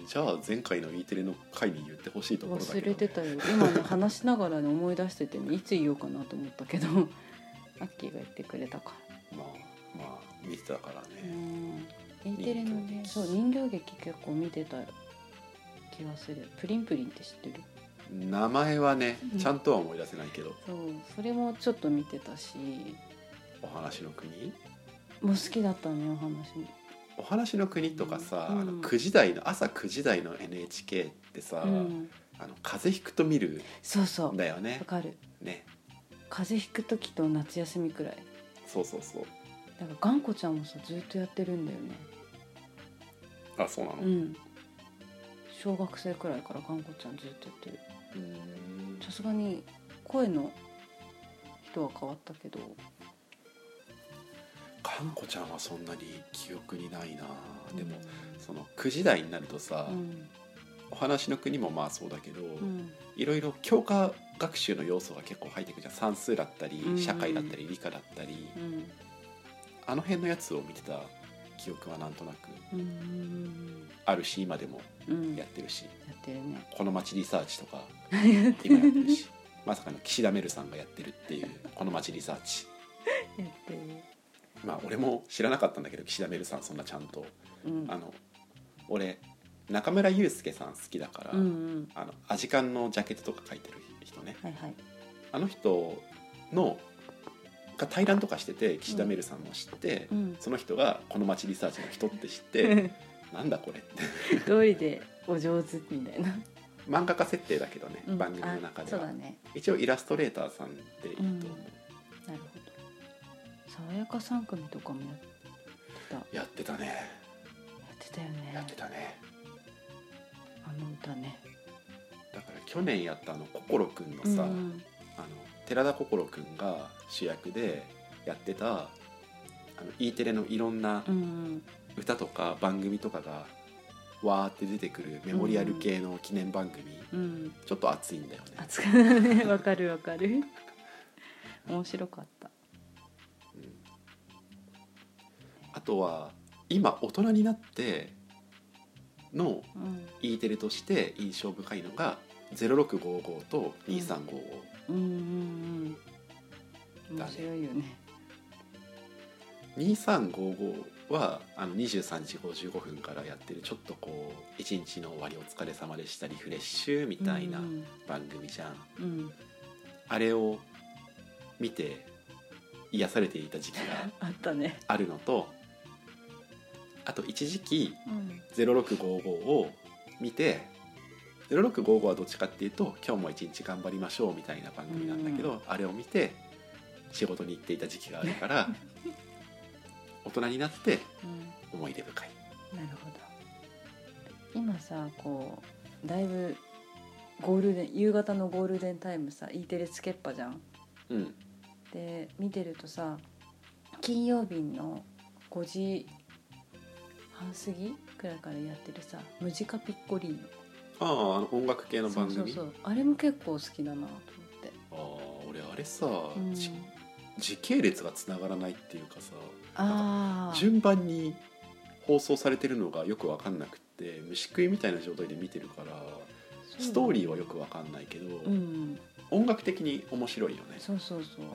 S1: うんじゃあ前回の E テレの回に言ってほしいところだけ
S2: 忘
S1: どね、
S2: れてたよ今ね話しながらね思い出しててねいつ言おうかなと思ったけど [laughs] アッキーが言ってくれたか
S1: まあまあ見てたから
S2: らう
S1: ね、
S2: ん E テレの
S1: 人形
S2: ね
S1: 劇
S2: そう人形劇結構見てた気がするプリンプリンって知ってる
S1: 名前はね
S2: うん
S1: ちゃんとは思い出せないけど、
S2: そうそれもちょっと見てたし
S1: お話の国
S2: もう好きだったねお話も
S1: お話の国とかさ、
S2: うん
S1: あの9時台の朝9時台の NHK ってさ、
S2: うん、
S1: あの風邪ひくと見る
S2: そうそ
S1: ん
S2: う
S1: だよね
S2: わかる
S1: ね
S2: 風邪ひく時と夏休みくらい
S1: そうそうそう
S2: だから頑固ちゃんもさずっとやってるんだよね
S1: あそうなの、
S2: うん小学生くらいから頑固ちゃんずっとやってる
S1: うーん
S2: さすがに声の人は変わったけど
S1: かんこちゃんはそんなに記憶にないなでも、
S2: う
S1: その9時台になるとさ、
S2: ん
S1: お話の国もまあそうだけど、
S2: うん
S1: いろいろ教科学習の要素が結構入ってくるじゃん算数だったり
S2: うん
S1: 社会だったり理科だったり、
S2: うん
S1: あの辺のやつを見てた記憶はなんとなく
S2: うん
S1: あるし今でも
S2: うん
S1: や
S2: や
S1: ってるし、
S2: ってるね
S1: この街リサーチ
S2: [laughs]
S1: とか
S2: やって
S1: 今やっ
S2: る
S1: てるしまさかの岸田メルさんがやってるっていうこの街リサーチまあ俺も知らなかったんだけど岸田メルさんそんなちゃんと
S2: うん
S1: あの俺中村祐介さん好きだから、
S2: うんうん
S1: あのアジカンのジャケットとか書いてる人ね
S2: はいはい
S1: あの人のが対談とかしてて岸田メルさんも知って、
S2: うん
S1: その人がこの街リサーチの人って知って [laughs] なんだこれって
S2: 通りでお上手みたいな
S1: 漫画家設定だけどね、
S2: うん
S1: 番組の中で
S2: あそう
S1: は、
S2: だね
S1: 一応イラストレーターさんっていいと思
S2: う
S1: う、
S2: んなるほど爽やか三組とかもやってたや
S1: やってたね
S2: ってたよね
S1: やってたね
S2: あの歌ね
S1: だから去年やったあの心くんの
S2: うん
S1: さ、あの寺田心くんが主役でやってたあの E テレのいろんな
S2: うん
S1: 歌とか番組とかがわーって出てくるメモリアル系の記念番組、
S2: うん
S1: ちょっと熱いんだよね
S2: 熱かったね [laughs] わかるわかる面白かった
S1: あとは今大人になっての
S2: うん
S1: E テレとして印象深いのが0655と2355、
S2: うんうんうん
S1: だね
S2: 面白いよね
S1: 2355はあの23時55分からやってるちょっとこう一日の終わりお疲れ様でしたリフレッシュみたいな
S2: うん
S1: 番組じゃん、
S2: うん
S1: あれを見て癒されていた時期が
S2: あったね
S1: あるのとあと一時期
S2: うん
S1: 0655を見て0655はどっちかっていうと今日も一日頑張りましょうみたいな番組なんだけど、あれを見て仕事に行っていた時期があるから [laughs] 大人になって思い出深い。
S2: なるほど今さこうだいぶゴールデン夕方のゴールデンタイムさ E テレつけっぱじゃん
S1: うん、
S2: で見てるとさ金曜日の5時半過ぎくらいからやってるさ「ムジカピッコリー
S1: あああの音楽系の
S2: ノ」そ
S1: 番
S2: う
S1: 組
S2: そうそうあれも結構好きだなと思って
S1: ああ俺あれさ、
S2: うん
S1: じ時系列がつながらないっていうかさ
S2: ああ
S1: 順番に放送されてるのがよく分かんなくって虫食いみたいな状態で見てるからストーリーはよく分かんないけど、
S2: うん
S1: 音楽的に面白いよね
S2: そうそうそう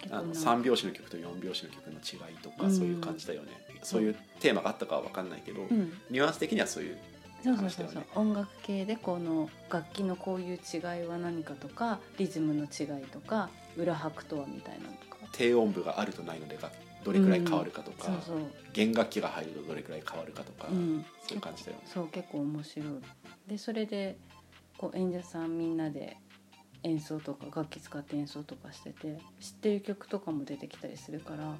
S2: 結
S1: あ
S2: 構
S1: の
S2: な
S1: 3拍子の曲と4拍子の曲の違いとか、
S2: うん
S1: そういう感じだよねそういうテーマがあったかは分かんないけど、
S2: うん
S1: ニュアンス的にはそういう
S2: そうそうそうそ
S1: 話だ
S2: う
S1: よね
S2: 音楽系でこの楽器のこういう違いは何かとかリズムの違いとか裏拍とはみたいなのとか
S1: 低音部があるとないのでがどれくらい変わるかとか、
S2: そうそう
S1: 弦楽器が入るとどれくらい変わるかとか、
S2: うん
S1: そういう感じだよね。
S2: そう結構面白いでそれでこう演者さんみんなで演奏とか楽器使って演奏とかしてて知ってる曲とかも出てきたりするから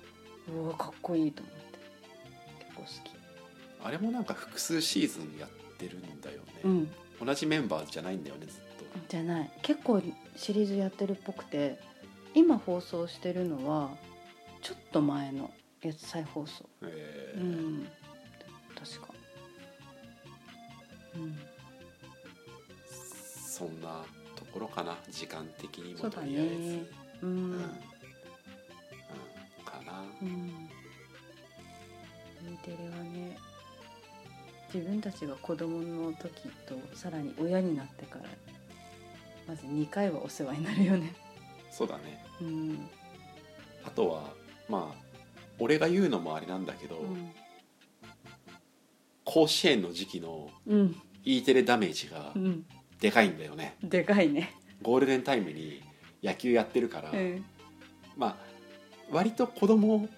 S2: うわかっこいいと思って結構好
S1: あれもなんか複数シーズンやってるんだよね、
S2: きうん
S1: 同じメンバーじゃないんだよねずっと。
S2: じゃない結構シリーズやってるっぽくて今放送してるのはちょっと前のやつ再放送
S1: え
S2: う
S1: ー
S2: ん確かうん
S1: そんなところかな時間的に
S2: そ
S1: も
S2: うだ
S1: と
S2: ね
S1: りあえず
S2: う
S1: うんう
S2: ん
S1: んかな、
S2: うん、E テレはね自分たちが子供の時とさらに親になってからまず2回はお世話になるよね。
S1: そうだね
S2: うん
S1: あとはまあ俺が言うのもあれなんだけど、
S2: うん
S1: 甲子園の時期の
S2: うん
S1: E テレダメージが
S2: うん
S1: でかいんだよね、
S2: でかいね。
S1: ゴールデンタイムに野球やってるから、
S2: うん
S1: まあ割と子供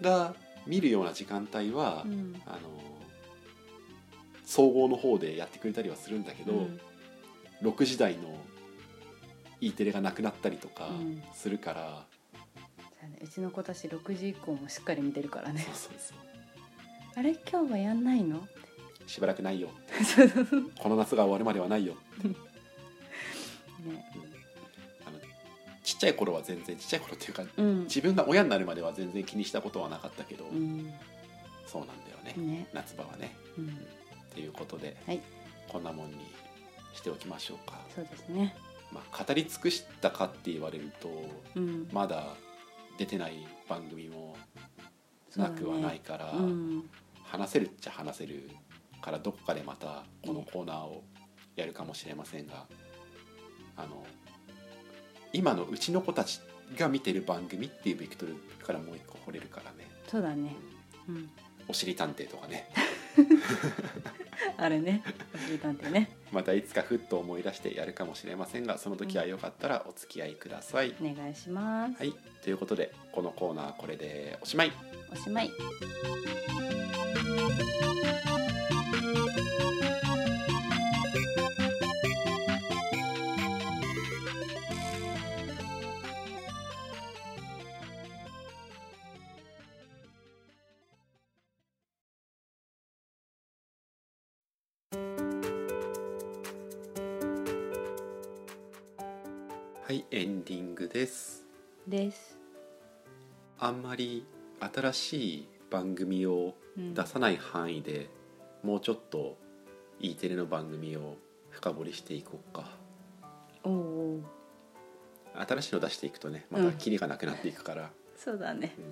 S1: が見るような時間帯は、
S2: うん
S1: あの総合の方でやってくれたりはするんだけど、
S2: うん
S1: 6時台の E テレがなくなったりとか
S2: うん
S1: するから、
S2: そうねうちの子たち6時以降もしっかり見てるからね [laughs]
S1: そうそうそう
S2: あれ今日はやんないの
S1: しばらくないよ
S2: [laughs] そうそうそう
S1: この夏が終わるまではないよ、
S2: ね
S1: あのちっちゃい頃は全然ちっちゃい頃っていうか
S2: うん
S1: 自分が親になるまでは全然気にしたことはなかったけど、
S2: うん
S1: そうなんだよね、
S2: ね
S1: 夏場はね。
S2: うん
S1: ということで、
S2: はい
S1: こんなもんにしておきましょうか、
S2: そうですね
S1: まあ、語り尽くしたかって言われると
S2: うん
S1: まだ出てない番組も
S2: そう
S1: な
S2: だね
S1: くはないから、
S2: うん
S1: 話せるっちゃ話せるからどこかでまたこのコーナーをやるかもしれませんが、あの今のうちの子たちが見てる番組っていうベクトルからもう一個掘れるからね
S2: そうだねうん [laughs]
S1: 「おしり探偵」とかね [laughs]
S2: あれね、おしりたんてね、
S1: またいつかふっと思い出してやるかもしれませんがその時はよかったらお付き合いください。
S2: お願いします。
S1: はい、ということでこのコーナーこれでおしまい。
S2: おしまい。
S1: はいエンディングです
S2: です、
S1: あんまり新しい番組を
S2: うん、
S1: 出さない範囲でもうちょっと E テレの番組を深掘りしていこうか
S2: おうおう
S1: 新しいの出していくとねま
S2: う
S1: た
S2: ん
S1: キリがなくなっていくから、
S2: そうだね
S1: うん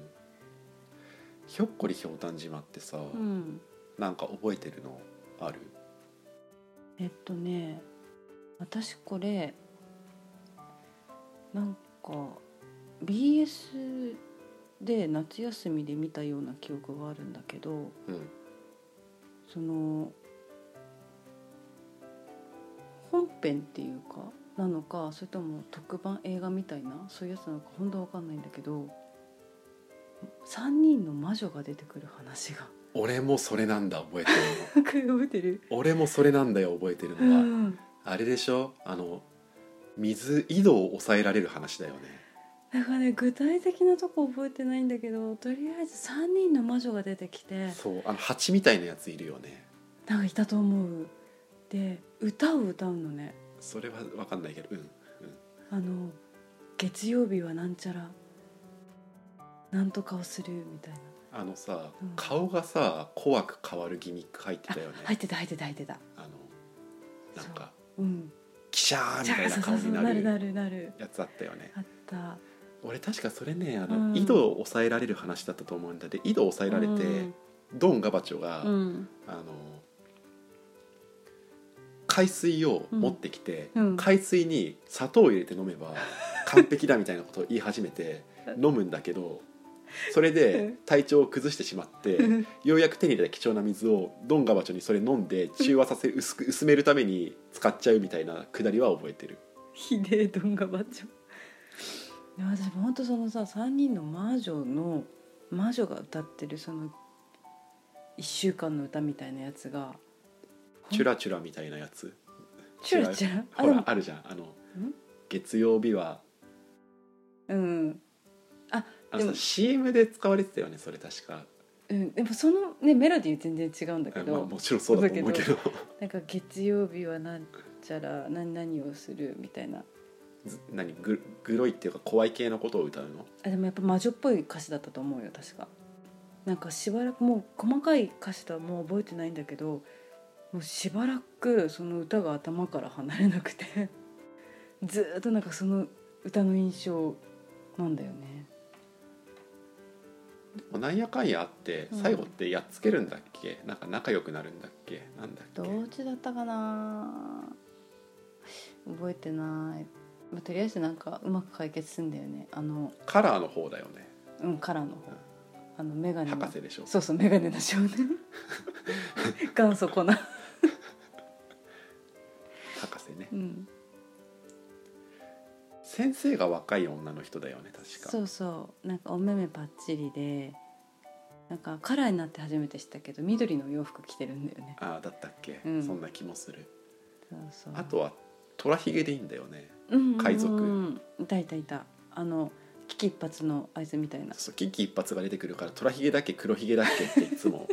S1: ひょっこりひょうたん島ってさ、
S2: うん
S1: なんか覚えてるのある
S2: えっとね私これなんか BS で夏休みで見たような記憶があるんだけど
S1: うん
S2: その本編っていうかなのかそれとも特番映画みたいなそういうやつなのか本当は分かんないんだけど3人の魔女が出てくる話が
S1: 俺もそれなんだ覚えてるの [laughs]
S2: 覚えてる、
S1: 俺もそれなんだよ覚えてる
S2: う
S1: のは、
S2: [laughs] ん、
S1: あれでしょあの水井戸を抑えられる話だよね
S2: なんかね具体的なとこ覚えてないんだけどとりあえず3人の魔女が出てきて
S1: そうあの蜂みたいなやついるよね
S2: なんかいたと思うで歌を歌うのね
S1: それは分かんないけどうん
S2: あの月曜日はなんちゃらなんとかをするみたいな
S1: あのさ、
S2: うん
S1: 顔がさ怖く変わるギミック入ってたよね
S2: あ入ってた入ってた入ってた
S1: あのなんか
S2: うん
S1: キシャーみ
S2: じゃ
S1: たい
S2: あ
S1: な
S2: そうそ
S1: 顔
S2: うそう
S1: にな
S2: なるな
S1: る
S2: るなる
S1: やつあったよね
S2: あった
S1: 俺確かそれねあ
S2: う
S1: の
S2: ん
S1: 井戸を抑えられる話だったと思うんだで井戸を抑えられて、ドンガバチョが、
S2: うんうん
S1: あの海水を持ってきて、
S2: うんうん
S1: 海水に砂糖を入れて飲め
S2: [laughs]
S1: ば完璧だみたいなことを言い始めて飲むんだけどそれ
S2: う
S1: で
S2: ん
S1: 体調を崩してしまって
S2: うん
S1: ようやく手に入れた貴重な水をドンガバチョにそれ飲んで中和させ薄く薄めるために使っちゃうみたいなくだりは覚えてる。
S2: ひでえどんがばっちゃいや私ほんとそのさ3人の魔女の魔女が歌ってるその1週間の歌みたいなやつが
S1: チュラチュラみたいなやつ
S2: チュラチュラあ
S1: ほ
S2: で
S1: ら
S2: も
S1: あるじゃんあの月曜日は
S2: うん、
S1: あ
S2: で
S1: の
S2: も
S1: さ CM で使われてたよねそれ確か
S2: うん、でもそのねメロディー全然違うんだけ
S1: あ
S2: ど、
S1: まあもちろんそうだと思うけ
S2: そ
S1: ど
S2: なんか月曜日はなんちゃら何々をするみたいな
S1: ず何ググロいっていうか怖い系のことを歌うの
S2: あでもやっぱ魔女っぽい歌詞だったと思うよ確かなんかしばらくもう細かい歌詞とはもう覚えてないんだけどもうしばらくその歌が頭から離れなくて [laughs] ずーっとなんかその歌の印象なんだよね
S1: なんやかんやあって
S2: うん
S1: 最後ってやっつけるんだっけ、なんか仲良くなるんだっけなんだっけ
S2: どっちだったかな覚えてない、まあ、とりあえずなんかうまく解決すんだよねあの
S1: カラーの方だよね
S2: うんカラーの方あのメガネの
S1: 博士でしょ
S2: そうそうメガネの少 [laughs] 年元祖コナン
S1: 博士ね
S2: うん
S1: 先生が若い女の人だよね確か
S2: そうそうなんかお目目パッチリでなんかカラーになって初めて知ったけど緑のお洋服着てるんだよね
S1: ああだったっけ、
S2: うん
S1: そんな気もする
S2: そうそう
S1: あとは虎ひげでいいんだよね
S2: うんうんうん
S1: 海賊
S2: いたいたいたあの危機一髪のあいつみたいな
S1: そう危機一髪が出てくるから虎ひげだっけ黒ひげだっけっていつも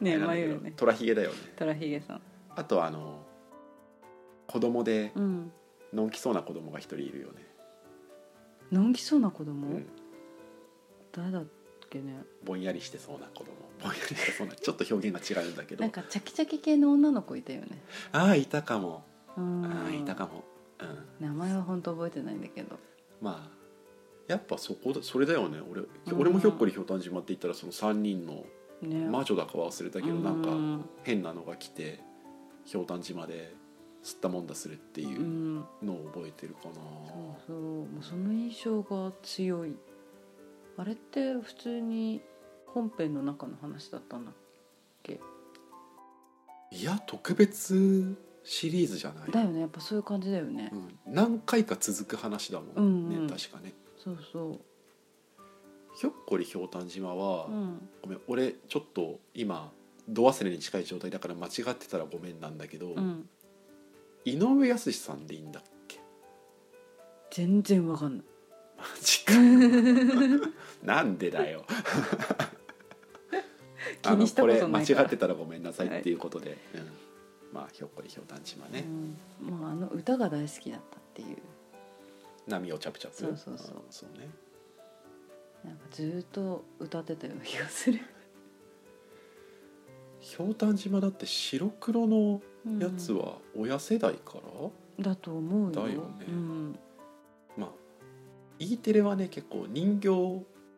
S2: ね
S1: あれなんだ
S2: 迷
S1: け
S2: うよ
S1: ど
S2: [laughs] ね
S1: 虎ひげだよね
S2: トラヒゲさん
S1: あとはあの子供で
S2: うん
S1: のんきそうな子供が一人いるよね、
S2: のんきそうな子供、
S1: うん、
S2: 誰だっけね
S1: ぼんやりしてそうな子供 [laughs] ぼんやりしてそうなちょっと表現が違うんだけど
S2: なんかチャキチャキ系の女の子いたよね
S1: ああいたかも
S2: うん
S1: ああいたかも、うん、
S2: 名前は本当覚えてないんだけど
S1: まあやっぱそこだそれだよね俺
S2: うん
S1: 俺もひょっこりひょうたん島って言ったらその3人の
S2: ね
S1: 魔女だかは忘れたけどなん
S2: う
S1: か
S2: ん
S1: 変なのが来てひょうたん島で吸ったもんだするっていううんのを覚えてるかな、
S2: そうそうもうその印象が強いあれって普通に本編の中の話だったんだ
S1: いや特別シリーズじゃない
S2: だよねやっぱそういう感じだよね
S1: うん、何回か続く話だもんね、
S2: うんうん
S1: 確かね
S2: そうそ
S1: ひょっこりひょうたん島は、
S2: ううん
S1: ごめん俺ちょっと今度忘れに近い状態だから間違ってたらごめんなんだけど、
S2: うん
S1: 井上康さんでいいんだっ
S2: [laughs]
S1: け
S2: 全然わかんない
S1: マジかなんでだ
S2: [laughs]
S1: よ
S2: 気にしたことないから
S1: あのこれ間違ってたらごめんなさいっていうことで、うんまあひょっこりひょうたん島ね
S2: う、ん、もうあの歌が大好きだったっていう
S1: 波をチャプチャプ
S2: そうそうそう
S1: あそうね
S2: なんかずーっと歌ってたような気がする
S1: ひょうたん島だって白黒のやつ、は親世代から、
S2: うんだと思うよ
S1: だよね
S2: うん
S1: まあ E テレはね結構人形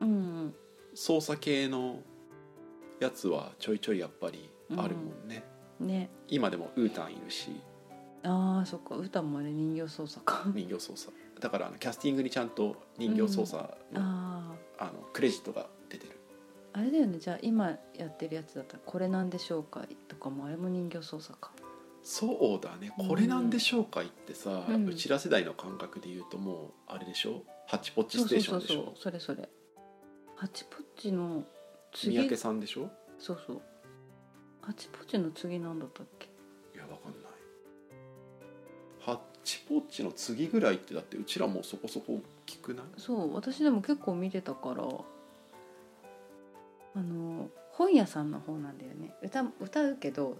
S2: うん、
S1: 操作系のやつはちょいちょいやっぱりあるもんね、
S2: ね
S1: 今でもウータンいるし
S2: あーそっか歌もあれ人形操作か
S1: 人形操作だからあのキャスティングにちゃんと人形操作の,、
S2: ああ
S1: あのクレジットが出てる
S2: あれだよねじゃあ今やってるやつだったら「これなんでしょうか?」とかもあれも人形操作か
S1: そうだねこれなんでしょうかいってさ、う
S2: うん
S1: ちら世代の感覚で言うともうあれでしょハッチポッチ
S2: そ
S1: ス
S2: う
S1: テ
S2: そ
S1: ー
S2: う
S1: シ
S2: そ
S1: ョ
S2: うそ
S1: ンでしょ
S2: うそれそれハチポッチの
S1: 三
S2: 次
S1: 宅さんでしょ
S2: そうそうハチポッチの次なんだったっけ
S1: いやわかんないハッチポッチの次ぐらいってだってうちらもうそこそこ大きくない
S2: そう私でも結構見てたからあの本屋さんの方なんだよね歌歌うけど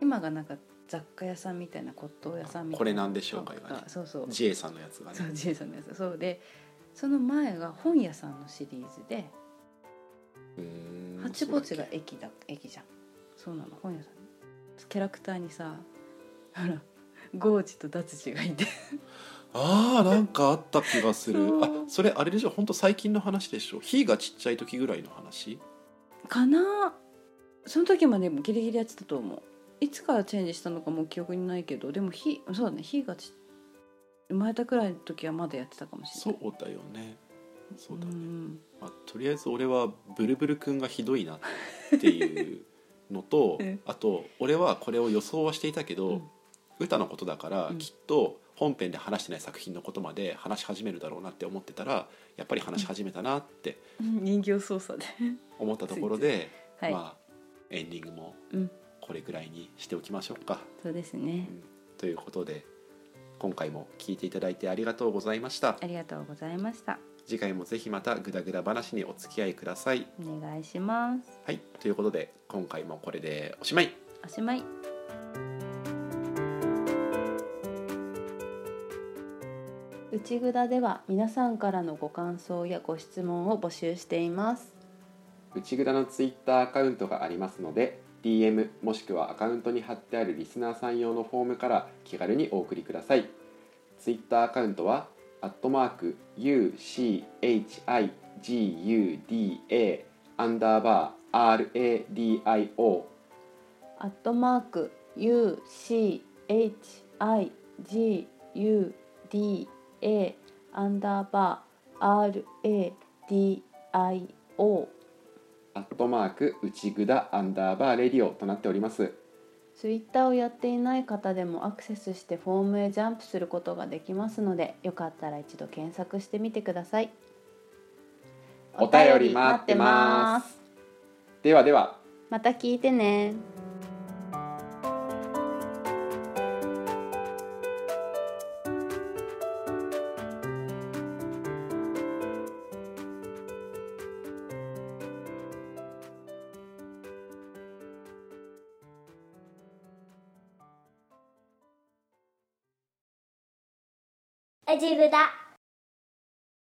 S2: 今がなんか雑貨屋さんみたいな骨董屋さんみたいな
S1: これなんでしょうかいがね
S2: そうそう
S1: J さんのやつが
S2: そう
S1: ね
S2: ジェイさんのやつそうでその前が本屋さんのシリーズで
S1: うーん
S2: ハチポチが
S1: そうだっ
S2: 駅だ駅じゃんそうなの本屋さんキャラクターにさほらゴージとダツジがいて
S1: けあーなんかあった気がする
S2: そう
S1: あそれあれでしょ本当最近の話でしょ火がちっちゃい時ぐらいの話
S2: かなその時までもギリギリやってたと思ういつからチェンジしたのかもう記憶にないけどでも火そうだね火がち生まれたくらいの時はまだやってたかもし
S1: そ
S2: れ
S1: う
S2: ない
S1: だよねそうだね、
S2: ん
S1: まあ、とりあえず俺はブルブルくんがひどいなっていうのと
S2: [laughs] うん
S1: あと俺はこれを予想はしていたけど、
S2: うん
S1: 歌のことだから
S2: うん
S1: きっと本編で話してない作品のことまで話し始めるだろうなって思ってたらやっぱり話し始めたなって
S2: うん人形操作で
S1: 思ったところで、
S2: [laughs] はい、
S1: まあエンディングも
S2: うん
S1: これぐらいにしておきましょうか。
S2: そうですね
S1: うんということで今回も聞いていただいてありがとうございました
S2: ありがとうございました
S1: 次回もぜひまたグダグダ話にお付き合いください。
S2: お願いします
S1: はい、ということで今回もこれでおしまい
S2: おしまい内ぐだでは皆さんからのご感想やご質問を募集しています
S1: 内蔵のツイッターアカウントがありますので DM もしくはアカウントに貼ってあるリスナーさん用のフォームから気軽にお送りくださいツイッターアカウントは「アットマーク #UCHIGUDA アンダーバー RADIO」
S2: アットマーク U C H I G U D A アンダーバー R A D I O
S1: 「アットマーク内蔵アンダーバーレディオ」となっております
S2: ツイッターをやっていない方でもアクセスしてフォームへジャンプすることができますのでよかったら一度検索してみてください
S1: お便り待ってますではでは
S2: また聞いてね
S3: うちぐだ。